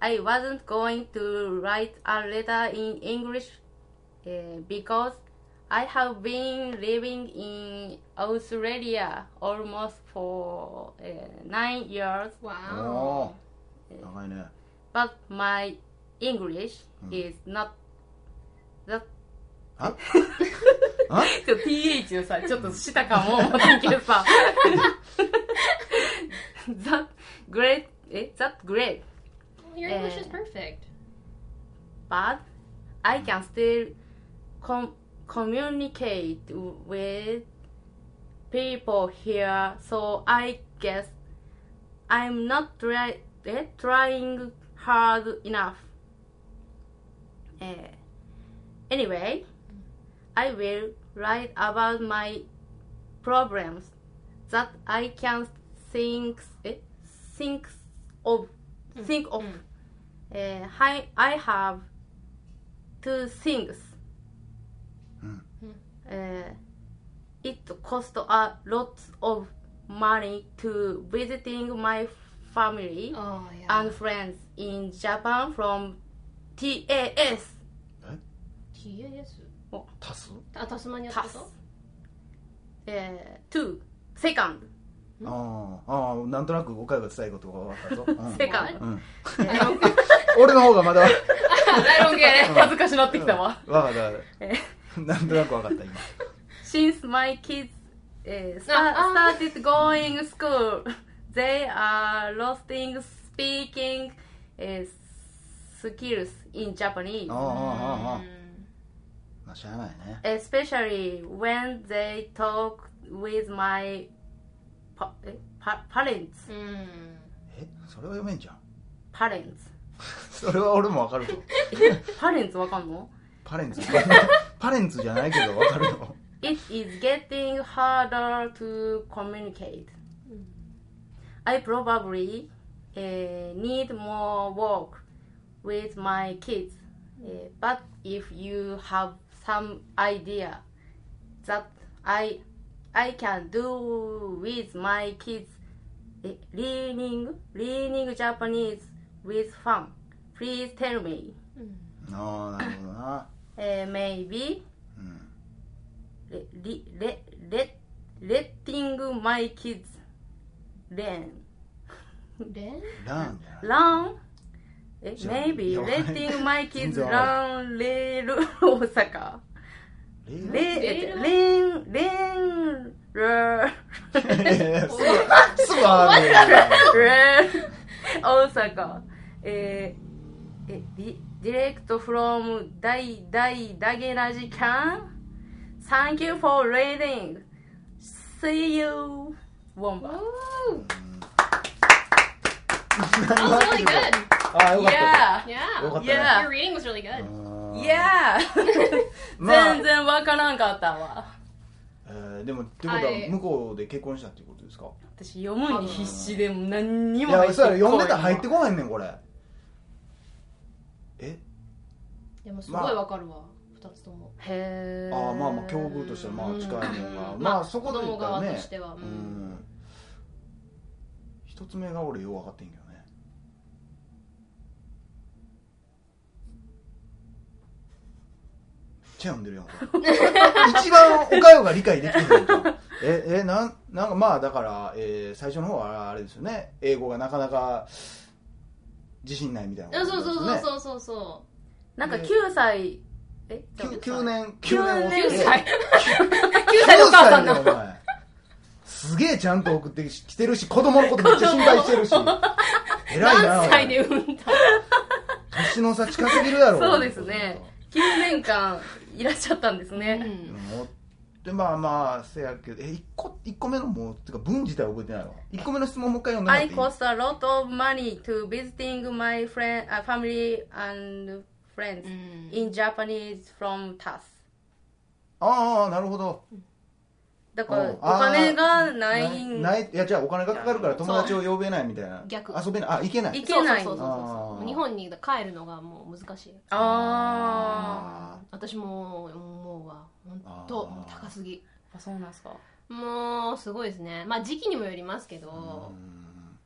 [SPEAKER 2] I wasn't going to write a letter in English uh, because I have been living in Australia almost for uh, nine years.
[SPEAKER 1] お
[SPEAKER 3] Wow
[SPEAKER 1] ー長いね
[SPEAKER 2] but my English is not that
[SPEAKER 1] ああ
[SPEAKER 2] ちょっと TH のさ、ちょっとしたかも 思ったけどさ。that great, え ?that great,
[SPEAKER 3] Your
[SPEAKER 2] Eh.
[SPEAKER 3] English is perfect.
[SPEAKER 2] but I can still com communicate with people here, so I guess I'm not try え trying hard enough. えー anyway, I will write about my problems that I can think え think of think of
[SPEAKER 3] うん
[SPEAKER 2] えー hi- I have two things.
[SPEAKER 1] うん
[SPEAKER 2] えー it cost a lot of money to visiting my family
[SPEAKER 3] Oh, yeah.
[SPEAKER 2] and friends in Japan from TAS.
[SPEAKER 3] TAS?
[SPEAKER 1] 足す
[SPEAKER 3] あ、タスマニアってこ
[SPEAKER 2] TAS.
[SPEAKER 3] と
[SPEAKER 2] えー to second.
[SPEAKER 1] ああああなんとなく岡山が伝えることが分かったぞ、
[SPEAKER 2] セカン
[SPEAKER 1] うん うん、
[SPEAKER 2] ド。えー
[SPEAKER 1] 俺の方がまだ
[SPEAKER 2] ライオン系ね 恥ずかしなってきたわ。
[SPEAKER 1] 分かった分か
[SPEAKER 2] え
[SPEAKER 1] った なんとなく分かった今
[SPEAKER 2] Since my kids eh, sta-
[SPEAKER 3] Ah,
[SPEAKER 2] started going to school, they are losing speaking eh, skills in Japanese,
[SPEAKER 1] ああああああ
[SPEAKER 3] うん
[SPEAKER 1] まあしゃあないね
[SPEAKER 2] especially when they talk with my pa- eh, pa- parents.
[SPEAKER 3] うん。
[SPEAKER 1] えそれは読めんじゃん
[SPEAKER 2] Parents.
[SPEAKER 1] それは俺も分 かるぞ
[SPEAKER 2] Parents わかんの
[SPEAKER 1] パ レンツパレンツじゃないけど分かる よ
[SPEAKER 2] It is getting harder to communicate. I probably eh, need more work with my kids. Eh, but if you have some idea that I I can do with my kids eh, learning learning Japanese with fun, please tell me.
[SPEAKER 1] ああなるほどな
[SPEAKER 2] Eh, maybe
[SPEAKER 1] うん
[SPEAKER 2] le- le- le- le- letting my kids learn.
[SPEAKER 3] レン
[SPEAKER 1] ランじゃない
[SPEAKER 2] learn eh,
[SPEAKER 1] Sure.
[SPEAKER 2] maybe
[SPEAKER 1] Yeah.
[SPEAKER 2] letting my kids
[SPEAKER 1] Don't
[SPEAKER 2] learn rail Osaka.
[SPEAKER 1] レ
[SPEAKER 2] Rail,
[SPEAKER 1] イ
[SPEAKER 2] rail, rail, rail,
[SPEAKER 1] すぐすぐある
[SPEAKER 2] rail Osaka. Eh, eh, di- direct from Dai Dai Dageraji Kan. Thank you for reading. See you, Womba.
[SPEAKER 3] Woo!
[SPEAKER 1] 何
[SPEAKER 3] That
[SPEAKER 1] も入
[SPEAKER 3] was really
[SPEAKER 1] ってこない
[SPEAKER 3] good.
[SPEAKER 1] ああよかった
[SPEAKER 2] Yeah,
[SPEAKER 3] Yeah.
[SPEAKER 1] よかったね
[SPEAKER 2] Yeah.
[SPEAKER 3] Your reading was really good.
[SPEAKER 1] あー
[SPEAKER 2] yeah.
[SPEAKER 1] まあ
[SPEAKER 2] 全然わからんかったわ。
[SPEAKER 1] えーでもってことは
[SPEAKER 3] はい
[SPEAKER 1] 向こうで結婚したっていうことですか
[SPEAKER 2] 私読むに必死でもう何に
[SPEAKER 1] い
[SPEAKER 2] も入
[SPEAKER 1] や
[SPEAKER 2] って
[SPEAKER 1] そ
[SPEAKER 2] こ
[SPEAKER 1] う
[SPEAKER 2] な
[SPEAKER 1] や
[SPEAKER 2] い
[SPEAKER 1] ろ呼んでたら入ってこないねんこれえ
[SPEAKER 3] でもすごいわかるわ。二つとも。
[SPEAKER 2] へ
[SPEAKER 1] あーまあまあ境遇としてはまあ近いもんが
[SPEAKER 3] うん
[SPEAKER 1] ま
[SPEAKER 3] ま
[SPEAKER 1] あ
[SPEAKER 3] あ
[SPEAKER 1] そこで言ったら
[SPEAKER 3] 子供側
[SPEAKER 1] ね
[SPEAKER 3] としてはうん
[SPEAKER 1] うん一つ目が俺よう分かってんけどねめっちゃ読んでるやんこれ 一番おかよが理解できるええなんなんかまあだから、えー最初の方はあれですよね英語がなかなか自信ないみたいな
[SPEAKER 3] あ
[SPEAKER 1] こと
[SPEAKER 3] そう
[SPEAKER 1] です
[SPEAKER 3] そ
[SPEAKER 1] よ
[SPEAKER 3] うそう
[SPEAKER 1] ね
[SPEAKER 3] そうそうそ。
[SPEAKER 2] なんか9歳え
[SPEAKER 1] きゅ九年九
[SPEAKER 2] 9
[SPEAKER 1] 年
[SPEAKER 2] 年
[SPEAKER 1] お9
[SPEAKER 2] 歳9歳のお母さんの
[SPEAKER 1] 歳だよお前すげえちゃんと送ってきてるし子供のことめっちゃ心配してるし偉いうなお
[SPEAKER 3] 何
[SPEAKER 1] 前
[SPEAKER 3] 歳で産んだ
[SPEAKER 1] 年の差近すぎるやろ
[SPEAKER 2] そうですね9年間いらっしゃったんです
[SPEAKER 3] う
[SPEAKER 2] ね、
[SPEAKER 3] ん
[SPEAKER 1] もうでまあまあせやけどえ一個一個目のもうてか文自体覚えてないわ一個目の質問もう一回読んでもらっ
[SPEAKER 2] I
[SPEAKER 1] ていい
[SPEAKER 2] cost a lot of money to visiting my friend、uh, family and friends、
[SPEAKER 3] うん。
[SPEAKER 2] in Japanese from TAS
[SPEAKER 1] ああなるほど
[SPEAKER 2] だから
[SPEAKER 1] うん
[SPEAKER 2] お金がな
[SPEAKER 1] な
[SPEAKER 2] い
[SPEAKER 1] いないいやじゃあお金がかかるから友達を呼べないみたいな
[SPEAKER 3] 逆
[SPEAKER 1] 遊べないあいけない
[SPEAKER 2] いけない
[SPEAKER 3] そうそうそうそう
[SPEAKER 1] あ
[SPEAKER 3] そ
[SPEAKER 1] ー
[SPEAKER 3] う日本に帰るのがもう難しい
[SPEAKER 2] あ
[SPEAKER 3] 私も思うわ本当
[SPEAKER 1] あー
[SPEAKER 3] 高すぎ
[SPEAKER 2] あそうなんですか
[SPEAKER 3] もうすごいですねまあ時期にもよりますけど
[SPEAKER 1] うん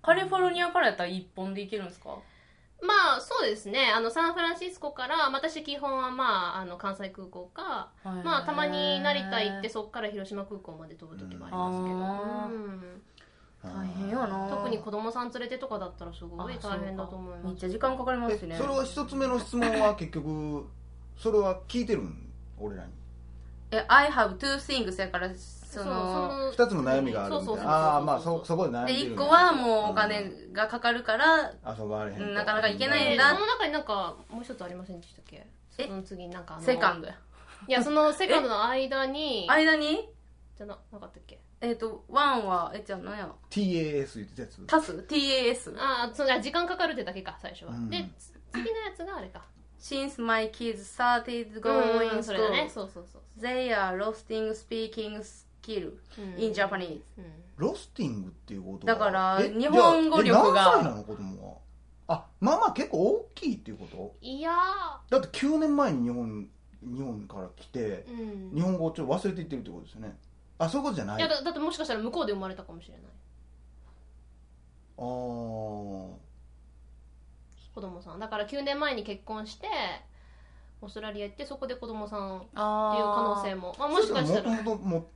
[SPEAKER 2] カリフォルニアからやったら1本で行けるんですか
[SPEAKER 3] まあそうですねあのサンフランシスコからまあ私基本はまああの関西空港かまあたまに成田行ってそこから広島空港まで飛ぶ時もありますけど、うん
[SPEAKER 2] 大変よな
[SPEAKER 3] 特に子供さん連れてとかだったらすごい
[SPEAKER 2] あ
[SPEAKER 3] 大変だと思い
[SPEAKER 2] めっ
[SPEAKER 3] ます
[SPEAKER 2] ちゃ時間かかりますしね
[SPEAKER 1] えそれは一つ目の質問は結局それは聞いてるん俺らに
[SPEAKER 2] ええ、I have two things やから、その、
[SPEAKER 3] の
[SPEAKER 1] 二つの悩みがあるみたいなああーまあそそこで悩んで
[SPEAKER 2] で、
[SPEAKER 1] る
[SPEAKER 2] 一
[SPEAKER 1] んだ
[SPEAKER 2] 個はもうお金がかかるから、
[SPEAKER 1] 遊ばれへんと
[SPEAKER 2] うんなかなか行けないん
[SPEAKER 3] え
[SPEAKER 2] だ
[SPEAKER 3] その中になんかもう一つありませんでしたっけ
[SPEAKER 2] え
[SPEAKER 3] その次なんかあの
[SPEAKER 2] セカンドや。
[SPEAKER 3] いやそのセカンドの間に
[SPEAKER 2] 間に、
[SPEAKER 3] じゃななかったっけ
[SPEAKER 2] えっ、と、ワンは、え、じゃあ何や
[SPEAKER 1] TAS 言ってたやつ
[SPEAKER 2] タス ?TAS。
[SPEAKER 3] ああそのあ時間かかるってだけか最初は、
[SPEAKER 1] うん
[SPEAKER 3] でつ次のやつがあれか
[SPEAKER 2] Since my kids started
[SPEAKER 3] うんう
[SPEAKER 2] going
[SPEAKER 3] んそれだね
[SPEAKER 2] school,
[SPEAKER 3] そうそうそう
[SPEAKER 2] they are losing speaking skill
[SPEAKER 3] うん
[SPEAKER 2] in Japanese.
[SPEAKER 3] うん
[SPEAKER 1] ロスティングっていうことは
[SPEAKER 2] だから
[SPEAKER 1] え
[SPEAKER 2] 日本語力が
[SPEAKER 1] じゃあえ何歳なの子供はあまあまあ結構大きいっていうこと
[SPEAKER 3] いや
[SPEAKER 1] だって9年前に日本日本から来て
[SPEAKER 3] ーうん
[SPEAKER 1] 日本語をちょっと忘れていってるってことですよねあそういうことじゃないい
[SPEAKER 3] や
[SPEAKER 1] あ
[SPEAKER 3] だだってもしかしたら向こうで生まれたかもしれない
[SPEAKER 1] あー
[SPEAKER 3] 子供さんだから9年前に結婚してオーストラリア行ってそこで子供さんっていう
[SPEAKER 2] あ
[SPEAKER 3] 可能性もまあもしかしたら
[SPEAKER 1] もともとも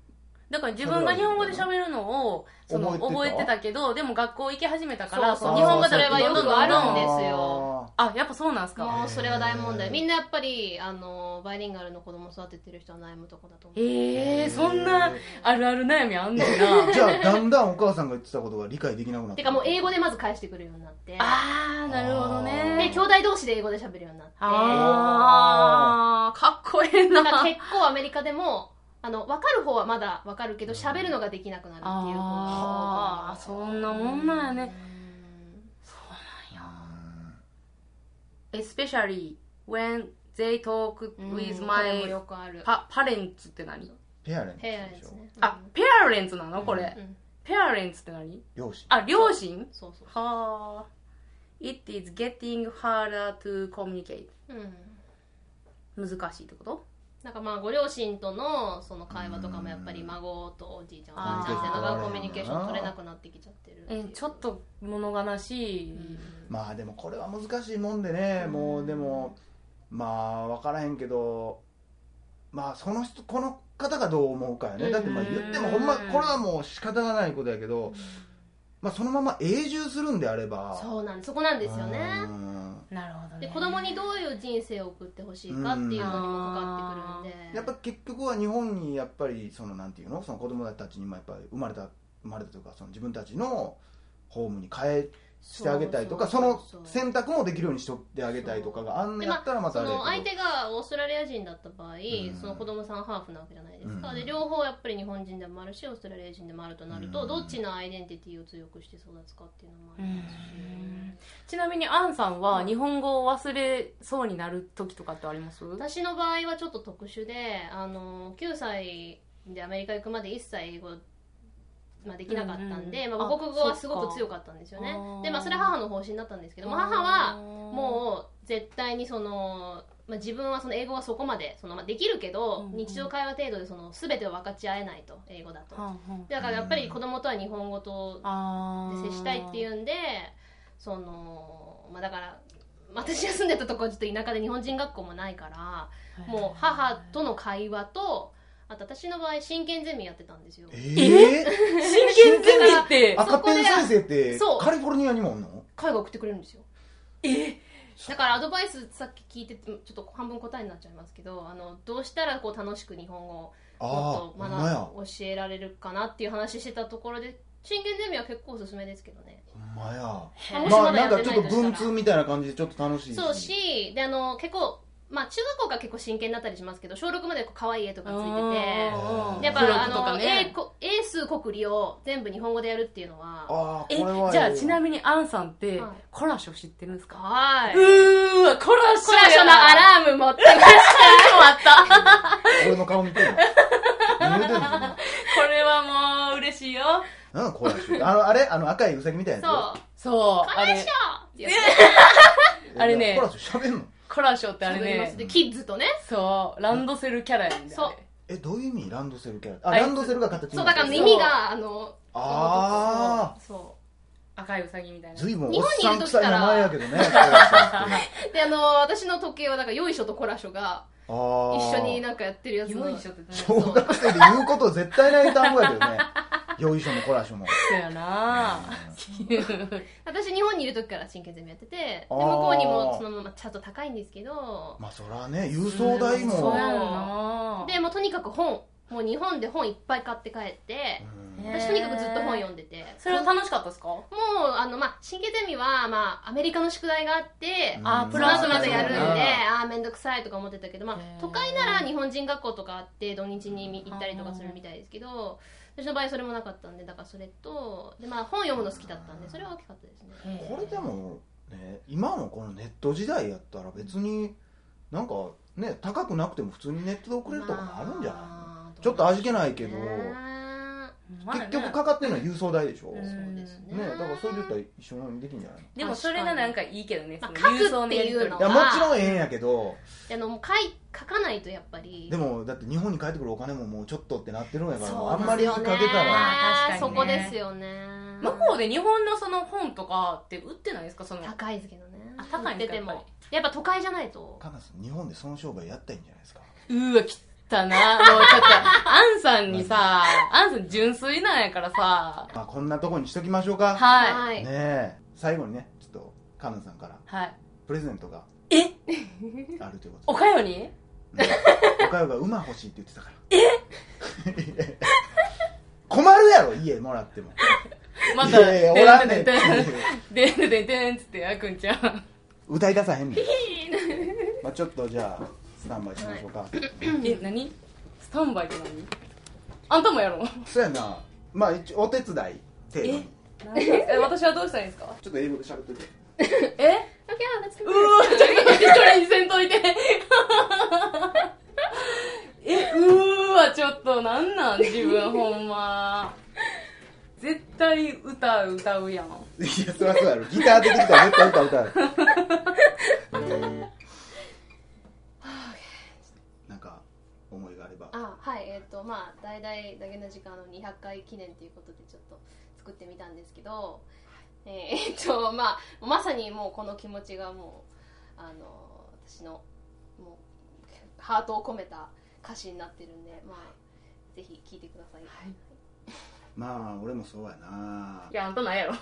[SPEAKER 2] だから自分が日本語で喋るのをその
[SPEAKER 1] 覚
[SPEAKER 2] 覚
[SPEAKER 1] え
[SPEAKER 2] え
[SPEAKER 1] てた
[SPEAKER 2] てたけどでも学校行き始めたから
[SPEAKER 3] そうそう
[SPEAKER 2] その日本語
[SPEAKER 3] それはよくあるんですすよ
[SPEAKER 2] あやっぱそうなんですか
[SPEAKER 3] もうそれは大問
[SPEAKER 1] へ
[SPEAKER 3] 題
[SPEAKER 1] ー
[SPEAKER 3] みんなやっぱりあのバイリンガルの子供育ててる人は悩むとこだと思う
[SPEAKER 2] えー、そんなあるある悩みあんねん
[SPEAKER 1] あ
[SPEAKER 2] な
[SPEAKER 1] ーじゃあだんだんお母さんが言ってたことが理解できなくなって
[SPEAKER 3] てかもう英語でまず返してくるようになって
[SPEAKER 2] あーなるほど
[SPEAKER 3] で
[SPEAKER 2] ね
[SPEAKER 3] 兄弟同士で英語で喋るようになって
[SPEAKER 2] あーかっこええ
[SPEAKER 3] だから
[SPEAKER 2] な
[SPEAKER 3] 結構アメリカでもあの分かる方はまだ分かるけど喋るのができなくなるっていう方
[SPEAKER 2] あ
[SPEAKER 3] が
[SPEAKER 2] ーそんなもんなんやね
[SPEAKER 3] うん
[SPEAKER 2] そうなんや especially when they talk
[SPEAKER 3] う
[SPEAKER 2] with
[SPEAKER 3] んこれも
[SPEAKER 2] my
[SPEAKER 3] よくある
[SPEAKER 2] pa- parents って何
[SPEAKER 1] ペアレンツ
[SPEAKER 3] ヘアで
[SPEAKER 1] でし
[SPEAKER 3] す
[SPEAKER 1] ょ
[SPEAKER 3] ね
[SPEAKER 2] あ
[SPEAKER 3] うん
[SPEAKER 2] parents なのこれ
[SPEAKER 3] うん
[SPEAKER 2] parents って何
[SPEAKER 1] 両親
[SPEAKER 2] あ両親
[SPEAKER 3] そうそう
[SPEAKER 2] はあ。It is getting harder to communicate.
[SPEAKER 3] うん
[SPEAKER 2] 難しいってこと
[SPEAKER 3] なんかまあご両親とのその会話とかもやっぱり孫とおじいちゃんおばあちゃんっていうのがコミュニケーション取れなくなってきちゃってる
[SPEAKER 2] え、ちょっと物悲しい。
[SPEAKER 1] まあでもこれは難しいもんでね、もうでもまあ分からへんけどまあその人この方がどう思うかよね、
[SPEAKER 3] うん
[SPEAKER 1] だってまあ言ってもほんまこれはもう仕方がないことやけど、まあそのまま永住するんであれば
[SPEAKER 3] そうなんそこなん
[SPEAKER 1] う
[SPEAKER 3] ですよね
[SPEAKER 1] ん
[SPEAKER 2] なるほどね。
[SPEAKER 3] で子供にどういう人生を送ってほしいかっていうのにもかかってくるんで
[SPEAKER 1] やっぱ結局は日本にやっぱりそのなんていうのその子供たちにもやっぱり生まれた生まれたというかその自分たちのホームに変えしてあげたいとかその選択もできるようにしておってあげたいとかがあんのやったらまたあ
[SPEAKER 3] そ
[SPEAKER 1] れやけ
[SPEAKER 3] の
[SPEAKER 1] ど
[SPEAKER 3] 相手がオーストラリア人だった場合、
[SPEAKER 1] ん
[SPEAKER 3] その子供さんハーフなわけじゃないですか、
[SPEAKER 1] うん
[SPEAKER 3] で両方やっぱり日本人でもあるしオーストラリア人でもあるとなると、
[SPEAKER 1] うん
[SPEAKER 3] どっちのアイデンティティを強くして育つかっていうのもありますし、
[SPEAKER 2] うんちなみに、アンさんは日本語を忘れそうになる時とかってあります
[SPEAKER 3] 私の場合はちょっと特殊であの9歳でアメリカ行くまで一切英語、まあ、できなかったんで、
[SPEAKER 2] うんうん
[SPEAKER 3] まあ、母国語は
[SPEAKER 2] あ
[SPEAKER 3] すごく強かったんですよね
[SPEAKER 2] そっか
[SPEAKER 3] で、まあ、それは母の方針だったんですけども母はもう絶対にその、まあ、自分はその英語はそこまでその、まあ、できるけど、
[SPEAKER 2] うんうん
[SPEAKER 3] 日常会話程度でその全てを分かち合えないと英語だと、
[SPEAKER 2] はんはん
[SPEAKER 3] だからやっぱり子供とは日本語と
[SPEAKER 2] あー
[SPEAKER 3] で接したいっていうんでその、まあ、だから私が住んでたとこはちょっと田舎で日本人学校もないからもう母との会話とあと私の場合真剣ゼミやってたんですよ
[SPEAKER 1] えー
[SPEAKER 2] 真剣ゼミ って
[SPEAKER 1] 赤ペン先生って
[SPEAKER 3] そう
[SPEAKER 1] カリフォルニアにもおんの
[SPEAKER 3] 会話送ってくれるんですよ
[SPEAKER 2] え
[SPEAKER 3] だからアドバイスさっき聞いててちょっと半分答えになっちゃいますけどあのどうしたらこう楽しく日本語を
[SPEAKER 1] あ
[SPEAKER 3] もっと
[SPEAKER 1] あほんまや
[SPEAKER 3] 学ぶ教えられるかなっていう話してたところで真剣ゼミは結構おすすめですけどね
[SPEAKER 1] ほんまや
[SPEAKER 3] 鹿児
[SPEAKER 1] ま
[SPEAKER 3] 島
[SPEAKER 1] あ
[SPEAKER 3] で
[SPEAKER 1] な
[SPEAKER 3] や
[SPEAKER 1] ん
[SPEAKER 3] って
[SPEAKER 1] か
[SPEAKER 3] ない
[SPEAKER 1] ち
[SPEAKER 3] と
[SPEAKER 1] ょ
[SPEAKER 3] し
[SPEAKER 1] ったと
[SPEAKER 3] ら
[SPEAKER 1] 文通みたいな感じでちょっと楽しい
[SPEAKER 3] そうしであの結構まあ中学校が結構真剣だったりしますけど小6までこう可愛い絵とかついてて
[SPEAKER 1] うん
[SPEAKER 3] でやっ
[SPEAKER 1] 付
[SPEAKER 3] ぱあ
[SPEAKER 2] 付録とか
[SPEAKER 3] の
[SPEAKER 2] ね
[SPEAKER 3] 英こ英数国理を全部日本語でやるっていうのは
[SPEAKER 1] ああこ
[SPEAKER 2] え
[SPEAKER 1] れは
[SPEAKER 2] じゃあちな
[SPEAKER 1] に
[SPEAKER 2] みにアンさんって
[SPEAKER 3] はい
[SPEAKER 2] コラショ知ってるんですか
[SPEAKER 3] はいう
[SPEAKER 2] ーわコラショ
[SPEAKER 3] コラショのアラーム持ってましたあった
[SPEAKER 1] 俺の顔見てるの何言うてんの今
[SPEAKER 2] これはもう嬉しいよ
[SPEAKER 1] なんかコラシュあのあれあの赤いウサギみたいなや
[SPEAKER 3] そう
[SPEAKER 2] そう
[SPEAKER 3] コ
[SPEAKER 2] あ
[SPEAKER 3] ラシ
[SPEAKER 2] れ
[SPEAKER 3] ョってやつ
[SPEAKER 1] つ
[SPEAKER 2] あれね
[SPEAKER 1] コラシュ喋んの
[SPEAKER 2] コラショってあれ
[SPEAKER 3] 喋ります
[SPEAKER 2] ね
[SPEAKER 3] でキッズとね
[SPEAKER 2] そうランドセルキャラやんだよ
[SPEAKER 3] そう
[SPEAKER 1] えどういう意味ランドセルキャラあ
[SPEAKER 2] あいつ
[SPEAKER 1] ランドセルが形に
[SPEAKER 3] そう
[SPEAKER 1] なっ
[SPEAKER 3] だ
[SPEAKER 1] て
[SPEAKER 3] から
[SPEAKER 1] る
[SPEAKER 3] 耳があの
[SPEAKER 1] あ
[SPEAKER 3] そう
[SPEAKER 2] 赤いウサギみたい
[SPEAKER 1] あ
[SPEAKER 2] な
[SPEAKER 1] ずいぶん
[SPEAKER 3] 日
[SPEAKER 1] おっ
[SPEAKER 3] 本にい
[SPEAKER 1] さん臭
[SPEAKER 3] る時か
[SPEAKER 1] い
[SPEAKER 3] ら
[SPEAKER 1] 名前やけどねコラシュって
[SPEAKER 3] であの私の時計はなんかよいしょとコラショが
[SPEAKER 1] ああ
[SPEAKER 3] 一緒になんかやってるやつの
[SPEAKER 2] よいしょって
[SPEAKER 1] 小学生で言うこと絶対ない単語やけどねよいしょもこらしょも。
[SPEAKER 2] そうやな
[SPEAKER 3] 私日本にいる時から真剣ゼミやっててで
[SPEAKER 1] あ
[SPEAKER 3] 向
[SPEAKER 1] ー
[SPEAKER 3] こうにもそのままちゃんと高いんですけど
[SPEAKER 1] まあそらね、郵送代
[SPEAKER 2] そう
[SPEAKER 1] も。
[SPEAKER 2] やろな
[SPEAKER 3] でもうとにかく本もう日本で本いっぱい買って帰って
[SPEAKER 1] うん
[SPEAKER 2] ね
[SPEAKER 3] 私とにかくずっと本読んでて
[SPEAKER 2] それは楽しかったですか
[SPEAKER 3] もうあのまあ神経ゼミはまあアメリカの宿題があって、
[SPEAKER 1] うん
[SPEAKER 2] あ
[SPEAKER 3] プ
[SPEAKER 2] プ
[SPEAKER 3] ラ
[SPEAKER 2] ラ
[SPEAKER 3] ス
[SPEAKER 2] ス
[SPEAKER 3] ま
[SPEAKER 2] ま
[SPEAKER 3] で
[SPEAKER 2] で
[SPEAKER 3] や
[SPEAKER 2] や
[SPEAKER 3] る
[SPEAKER 2] る
[SPEAKER 3] ん
[SPEAKER 2] ん
[SPEAKER 3] で、
[SPEAKER 1] へ
[SPEAKER 2] で
[SPEAKER 3] ああーめんどくさいとか思ってたけど、ま
[SPEAKER 2] へー
[SPEAKER 3] あ、都会なら日本人学校とかあって土日に行ったりとかするみたいですけど私の場合それもなかったんでだからそれとで、まあ、本読むの好きだったんでそれは大きかったですね
[SPEAKER 1] これでも、ね、今のこのネット時代やったら別になんかね、高くなくても普通にネットで送れるとかもあるんじゃな
[SPEAKER 3] まあ
[SPEAKER 1] ちょっと味気ないけど
[SPEAKER 3] ね
[SPEAKER 1] い結局かかってるのは郵送代でしょ。
[SPEAKER 2] う
[SPEAKER 3] そ
[SPEAKER 2] ん
[SPEAKER 1] ね、
[SPEAKER 3] うですね
[SPEAKER 1] だからそれで言ったら一緒にできんじゃないの
[SPEAKER 2] でもそれがなんかいいけどね、
[SPEAKER 3] まあ
[SPEAKER 2] その
[SPEAKER 3] 書く
[SPEAKER 2] 郵送のやり取り
[SPEAKER 3] って
[SPEAKER 1] い
[SPEAKER 3] い
[SPEAKER 1] や
[SPEAKER 3] うの
[SPEAKER 1] もちろんええんやけど
[SPEAKER 3] あのもう書い書かないとやっぱり
[SPEAKER 1] でもだって日本に帰ってくるお金ももうちょっとってなってるんやからもうあ
[SPEAKER 3] そ
[SPEAKER 1] ん
[SPEAKER 3] う
[SPEAKER 1] ま
[SPEAKER 3] で
[SPEAKER 1] り
[SPEAKER 3] す
[SPEAKER 1] か
[SPEAKER 3] よ
[SPEAKER 1] け
[SPEAKER 3] ね
[SPEAKER 1] たら
[SPEAKER 2] ら
[SPEAKER 3] そこですよね
[SPEAKER 2] 向こうで日本のその本とかって売ってないですかその
[SPEAKER 3] 高いですけどね
[SPEAKER 2] あ高いん
[SPEAKER 3] 売
[SPEAKER 2] で
[SPEAKER 3] っ
[SPEAKER 2] す
[SPEAKER 3] て
[SPEAKER 2] か
[SPEAKER 3] てもやっぱ都会じゃないと
[SPEAKER 1] カナス日本でその商売やったらいいんじゃないですか
[SPEAKER 2] うわ、切ったな。もうちょ っと、アンさんにさ、アンさん純粋なんやからさ。
[SPEAKER 1] まあこんなとこにしときましょうか
[SPEAKER 2] はい。
[SPEAKER 1] ねえ最後にねちょっとカナさんから
[SPEAKER 2] はい。
[SPEAKER 1] プレゼントが
[SPEAKER 2] え
[SPEAKER 1] あるというこ
[SPEAKER 2] お
[SPEAKER 1] と
[SPEAKER 2] かよに
[SPEAKER 1] でうんおかゆが馬欲しいって言ってた からえ困るやろ家もらっても
[SPEAKER 2] ま
[SPEAKER 1] い
[SPEAKER 2] た、
[SPEAKER 1] やいやおらんねんって
[SPEAKER 2] で
[SPEAKER 1] い
[SPEAKER 2] ん
[SPEAKER 1] う
[SPEAKER 2] でんでんでんでんつって、あくんちゃん。
[SPEAKER 1] 歌い出さへんねんまあちょっとじゃあスタンバイしましょうか、
[SPEAKER 2] え、何スタンバイって何あんたもやろう。
[SPEAKER 1] そうやなまあ一応お手伝い程度に
[SPEAKER 2] え、私はどうしたらいいんですか
[SPEAKER 1] ちょっと英語で喋ってて
[SPEAKER 2] え
[SPEAKER 3] Okay, let's go.
[SPEAKER 2] うわ、ちょっと待ってそれにせんといて。 え、うーわ、ちょっと、なんなん、自分、ほんま。絶対歌歌うやん。。
[SPEAKER 1] いや、そりゃそうやろ。ギター出てきたら絶対歌う歌う。なんか、思いがあれば。
[SPEAKER 3] あはいえっ、とまあ大々だけの時間の200回記念ということでちょっと作ってみたんですけど、えーえっとまあまさにもうこの気持ちがもうあの私のもうハートを込めた歌詞になってるんでまあぜひ聴いてください
[SPEAKER 1] まあ、俺もそうやない
[SPEAKER 2] や、あんたなんやろ。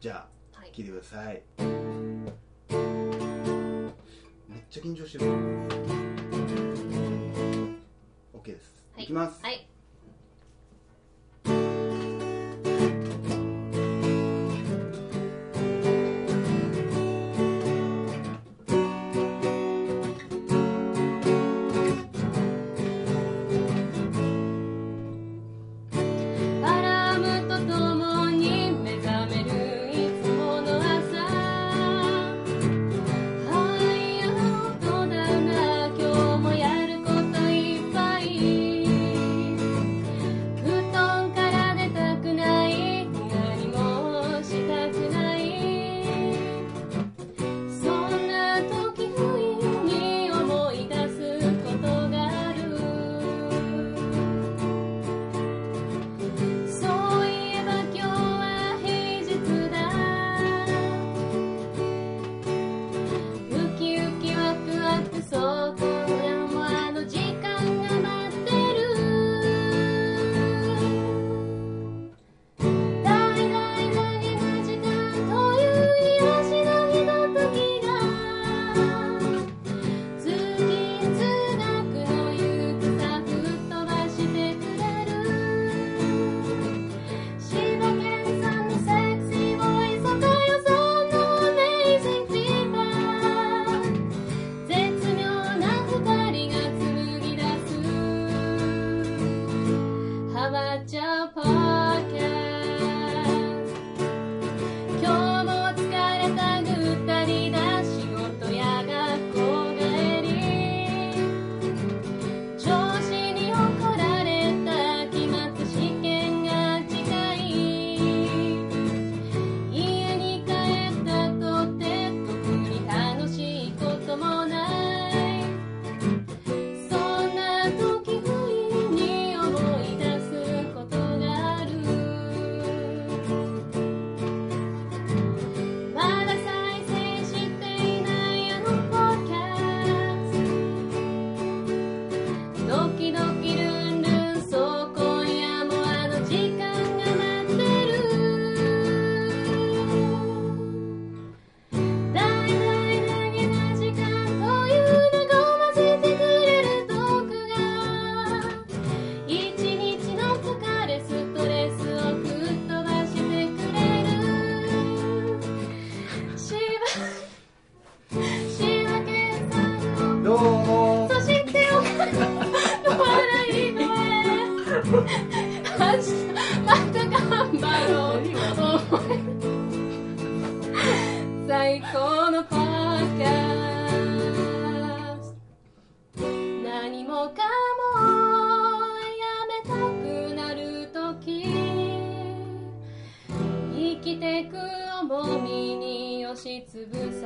[SPEAKER 1] じゃあ、
[SPEAKER 3] はい
[SPEAKER 1] 聞いてください。めっちゃ緊張してる。OK です。
[SPEAKER 3] はい
[SPEAKER 1] いきます。
[SPEAKER 3] はいアラームとともに目覚めるいつもの朝はいや音だな今日もやることいっぱい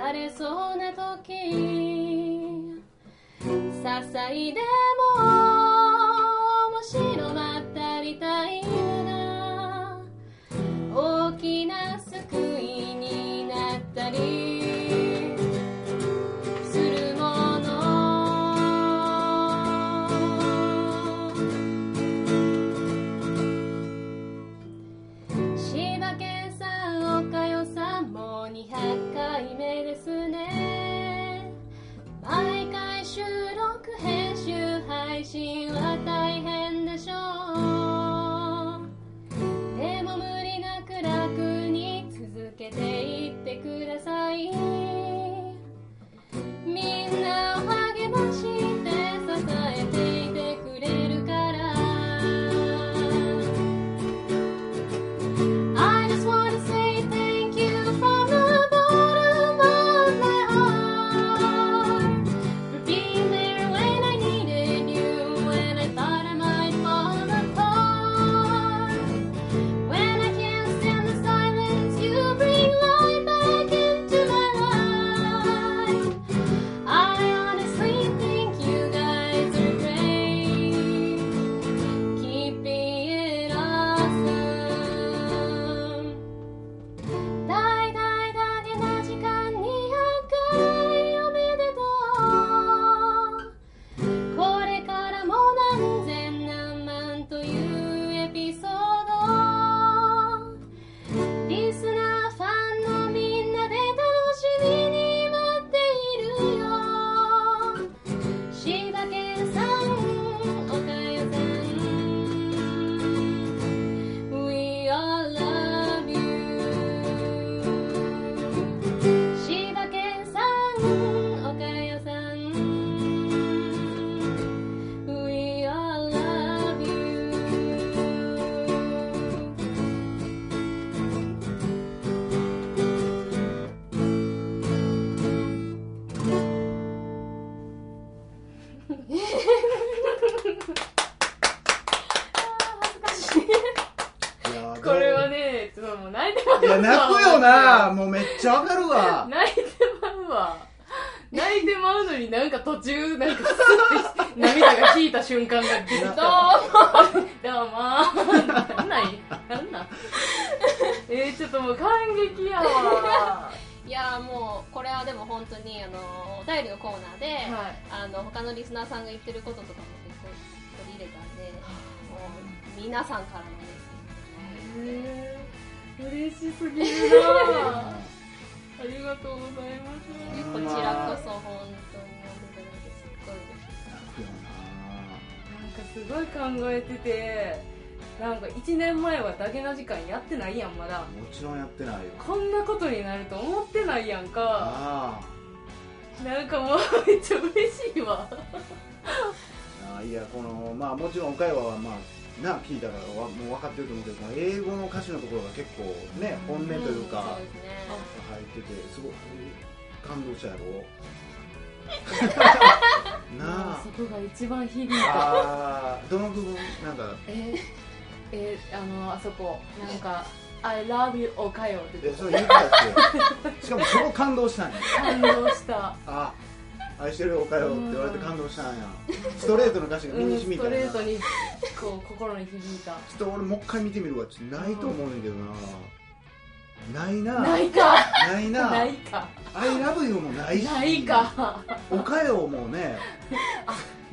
[SPEAKER 3] 時些細でも面白がったりたいな大きな救いになったりするもの千葉県産おかよさんもう200回目ですね毎回収録編集配信は大変でしょうでも無理なく楽に続けていってくださいみんなを励まして支えていてくれるから I just wanna say thank you from the bottom of my heart for being there when I needed you, when I thought I might fall apart. When I can't stand the silence, you bring light back into my life. I honestly think you guys are great. Keeping it awesome 大々だけな時間200回おめでとうこれからも何千何万というエピソードリスナーファンのみんなで楽しみに待っているよ柴犬さん、おかよさん We all love you 柴犬さん、おかよさん We all love you
[SPEAKER 1] いや
[SPEAKER 2] これはね、ちょっともう泣いてまう
[SPEAKER 1] いや泣くよなもうめっちゃわかるわ
[SPEAKER 2] 泣いてまうわ。泣いてまうのになんか途中、なんかスッて涙が引いた瞬間が出てた。
[SPEAKER 3] どうも
[SPEAKER 2] どうもー。なんないなんなんえー、ちょっともう感激やわ。
[SPEAKER 3] いやーもうこれはでも本当にあのお便りのコーナーで、
[SPEAKER 2] はい
[SPEAKER 3] あの他のリスナーさんが言ってることとかも結構取り入れたん で、もう皆さんからのメ
[SPEAKER 2] へー嬉しすぎるなありがとうございます
[SPEAKER 3] ッセージ、
[SPEAKER 1] うん
[SPEAKER 3] こちらこそ本当におめでとうございますすっごい嬉しい
[SPEAKER 1] 泣くよ
[SPEAKER 2] なんかすごい考えててなんか1年前はダゲな時間やってないやんまだ
[SPEAKER 1] なもちろんやってないよ
[SPEAKER 2] こんなことになると思ってないやんか
[SPEAKER 1] あ
[SPEAKER 2] なんかもうめっちゃ嬉しいわ
[SPEAKER 1] ああいやこのまあもちろん岡山はまあな聞いたからわもう分かってると思うけどこの英語の歌詞のところが結構ね本音というか
[SPEAKER 3] うんそうですね
[SPEAKER 1] 入っててすごい感動したやろ なあ
[SPEAKER 2] そこが一番響いた
[SPEAKER 1] あーどの部分なんか
[SPEAKER 2] ええあのあそこなんか「I love you おかよ」って
[SPEAKER 1] え
[SPEAKER 2] 言って
[SPEAKER 1] それ言うてたっけし かもその感動したんや
[SPEAKER 2] た感動した
[SPEAKER 1] あ愛してるよおかよって言われて感動したんやストレートの歌詞が身
[SPEAKER 2] うん
[SPEAKER 1] に染み
[SPEAKER 2] ス
[SPEAKER 1] た
[SPEAKER 2] ト
[SPEAKER 1] ん
[SPEAKER 2] レ
[SPEAKER 1] や
[SPEAKER 2] ー
[SPEAKER 1] な
[SPEAKER 2] ト
[SPEAKER 1] ちょ
[SPEAKER 2] にこう心に響いた
[SPEAKER 1] っと俺もう一回見てみるわちょっとないと思うねんけどなないな
[SPEAKER 2] ないか
[SPEAKER 1] ないな
[SPEAKER 2] ないか
[SPEAKER 1] 「I love you」もないし
[SPEAKER 2] ないか
[SPEAKER 1] おかよもね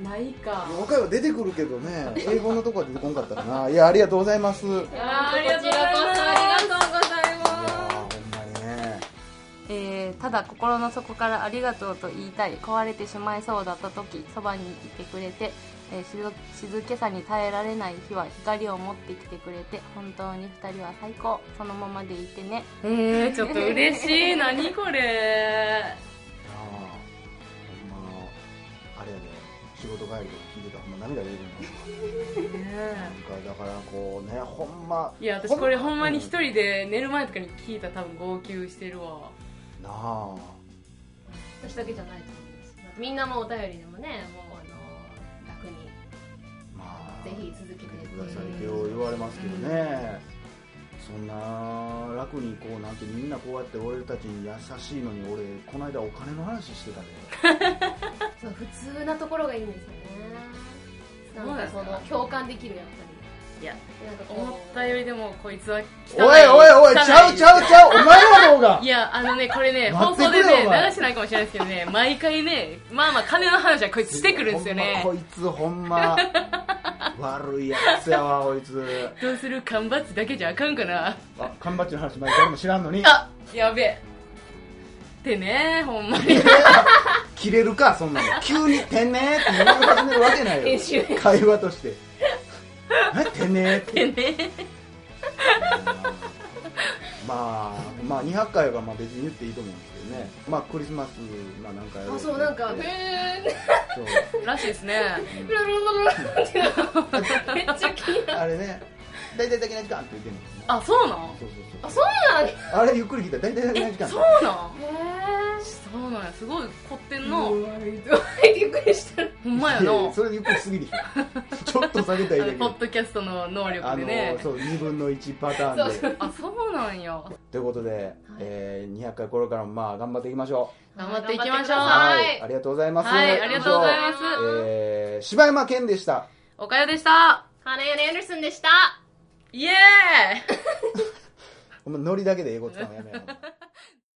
[SPEAKER 2] ないか
[SPEAKER 1] おかよ出てくるけどね英語のとこは出てこんかったかないやありがとうございますいや
[SPEAKER 3] いやーありがとうござい
[SPEAKER 2] こちら
[SPEAKER 3] ます
[SPEAKER 2] こそありがとうございます
[SPEAKER 1] ーほんまにね
[SPEAKER 2] えーただ心の底からありがとうと言いたい壊れてしまいそうだった時そばにいてくれて、えーしず静けさに耐えられない日は光を持ってきてくれて本当に2人は最高そのままでいてねえー、ちょっと嬉しい何これ
[SPEAKER 1] いやーほんまのあれやね仕事帰りとか聞いてたらほんま涙出るのなんかだからこうねほんま
[SPEAKER 2] いや私これほんまに一人で寝る前とかに聞いたら多分号泣してるわ
[SPEAKER 1] なあ
[SPEAKER 3] 私だけじゃないと思いますみんなもお便りでもねもうあの楽に
[SPEAKER 1] まあ
[SPEAKER 3] ぜひ続けて
[SPEAKER 1] 見てくださいってよう言われますけどね、そんな楽にこうなんてみんなこうやって俺たちに優しいのに俺この間お金の話してたで
[SPEAKER 3] そう普通なところがいいんですよね
[SPEAKER 2] そ
[SPEAKER 3] な
[SPEAKER 2] うなん
[SPEAKER 3] ん
[SPEAKER 2] で
[SPEAKER 3] か
[SPEAKER 2] す
[SPEAKER 3] そ
[SPEAKER 2] か
[SPEAKER 3] の共感できるやっぱ
[SPEAKER 2] いや
[SPEAKER 3] りなんかこう
[SPEAKER 2] 思ったよりでもこいつは
[SPEAKER 1] お
[SPEAKER 2] 汚
[SPEAKER 1] いおいお い
[SPEAKER 2] 汚
[SPEAKER 1] ちゃうちゃうちゃうお前らの方が
[SPEAKER 2] いやあのねこれね
[SPEAKER 1] 待
[SPEAKER 2] 放
[SPEAKER 1] って
[SPEAKER 2] 送
[SPEAKER 1] くれ
[SPEAKER 2] で
[SPEAKER 1] よ
[SPEAKER 2] ね
[SPEAKER 1] お前
[SPEAKER 2] 流してないかもしれないですけどね毎回ねまあまあ金の話はこいつしてくるんですよね
[SPEAKER 1] ほんまこいつほん ま悪いやつやわこいつ
[SPEAKER 2] どうする缶バッジだけじゃあかんかな
[SPEAKER 1] あ缶バッジの話前誰も知らんのに
[SPEAKER 2] あやべえってねほんまに
[SPEAKER 1] 切れるかそんなの急に「てんね」って言われ始めるわけない
[SPEAKER 2] 編集
[SPEAKER 1] よ会話と して「えてんね」って
[SPEAKER 2] ってね
[SPEAKER 1] まあ、まあ200回はまあ別に言っていいと思うんですけどね、まあ、クリスマスまあなんかやろ
[SPEAKER 3] あそうな んか
[SPEAKER 1] そう
[SPEAKER 3] へ
[SPEAKER 2] らしいですね
[SPEAKER 3] ーブラブラブラブラ ってめっちゃ気になる
[SPEAKER 1] あれね「大体だけな時間」って言ってんの
[SPEAKER 2] あそうなん
[SPEAKER 1] そうそう
[SPEAKER 3] あ
[SPEAKER 1] そう
[SPEAKER 3] そうなんへ
[SPEAKER 1] あれゆっくり聞いたら大体だけな
[SPEAKER 2] え
[SPEAKER 1] 時間
[SPEAKER 2] そうなん
[SPEAKER 3] え
[SPEAKER 2] そうなんやすごい凝って んの
[SPEAKER 3] ゆっくりした
[SPEAKER 2] ほんまや
[SPEAKER 1] い
[SPEAKER 2] な
[SPEAKER 1] や
[SPEAKER 2] あ
[SPEAKER 1] いや
[SPEAKER 2] の
[SPEAKER 1] それでゆっくりしすぎでし ょちょっと下げたいだけ
[SPEAKER 2] ポッドキャストの能力
[SPEAKER 1] あ
[SPEAKER 2] で
[SPEAKER 1] の
[SPEAKER 2] ね
[SPEAKER 1] そう2分の1パターンで
[SPEAKER 3] そう
[SPEAKER 2] あそうなんや
[SPEAKER 1] ということで、えー200回これからもまあ頑張っていきましょ
[SPEAKER 2] 頑張っていきましょう
[SPEAKER 1] う
[SPEAKER 3] はい
[SPEAKER 1] ありがとうございます
[SPEAKER 2] はいありがとうございます
[SPEAKER 1] 以上えー柴山健でした
[SPEAKER 2] おかよでした
[SPEAKER 3] 花屋のアンダーソンでした
[SPEAKER 2] イエーイ
[SPEAKER 1] お前ノリだけで英語使うのやめよう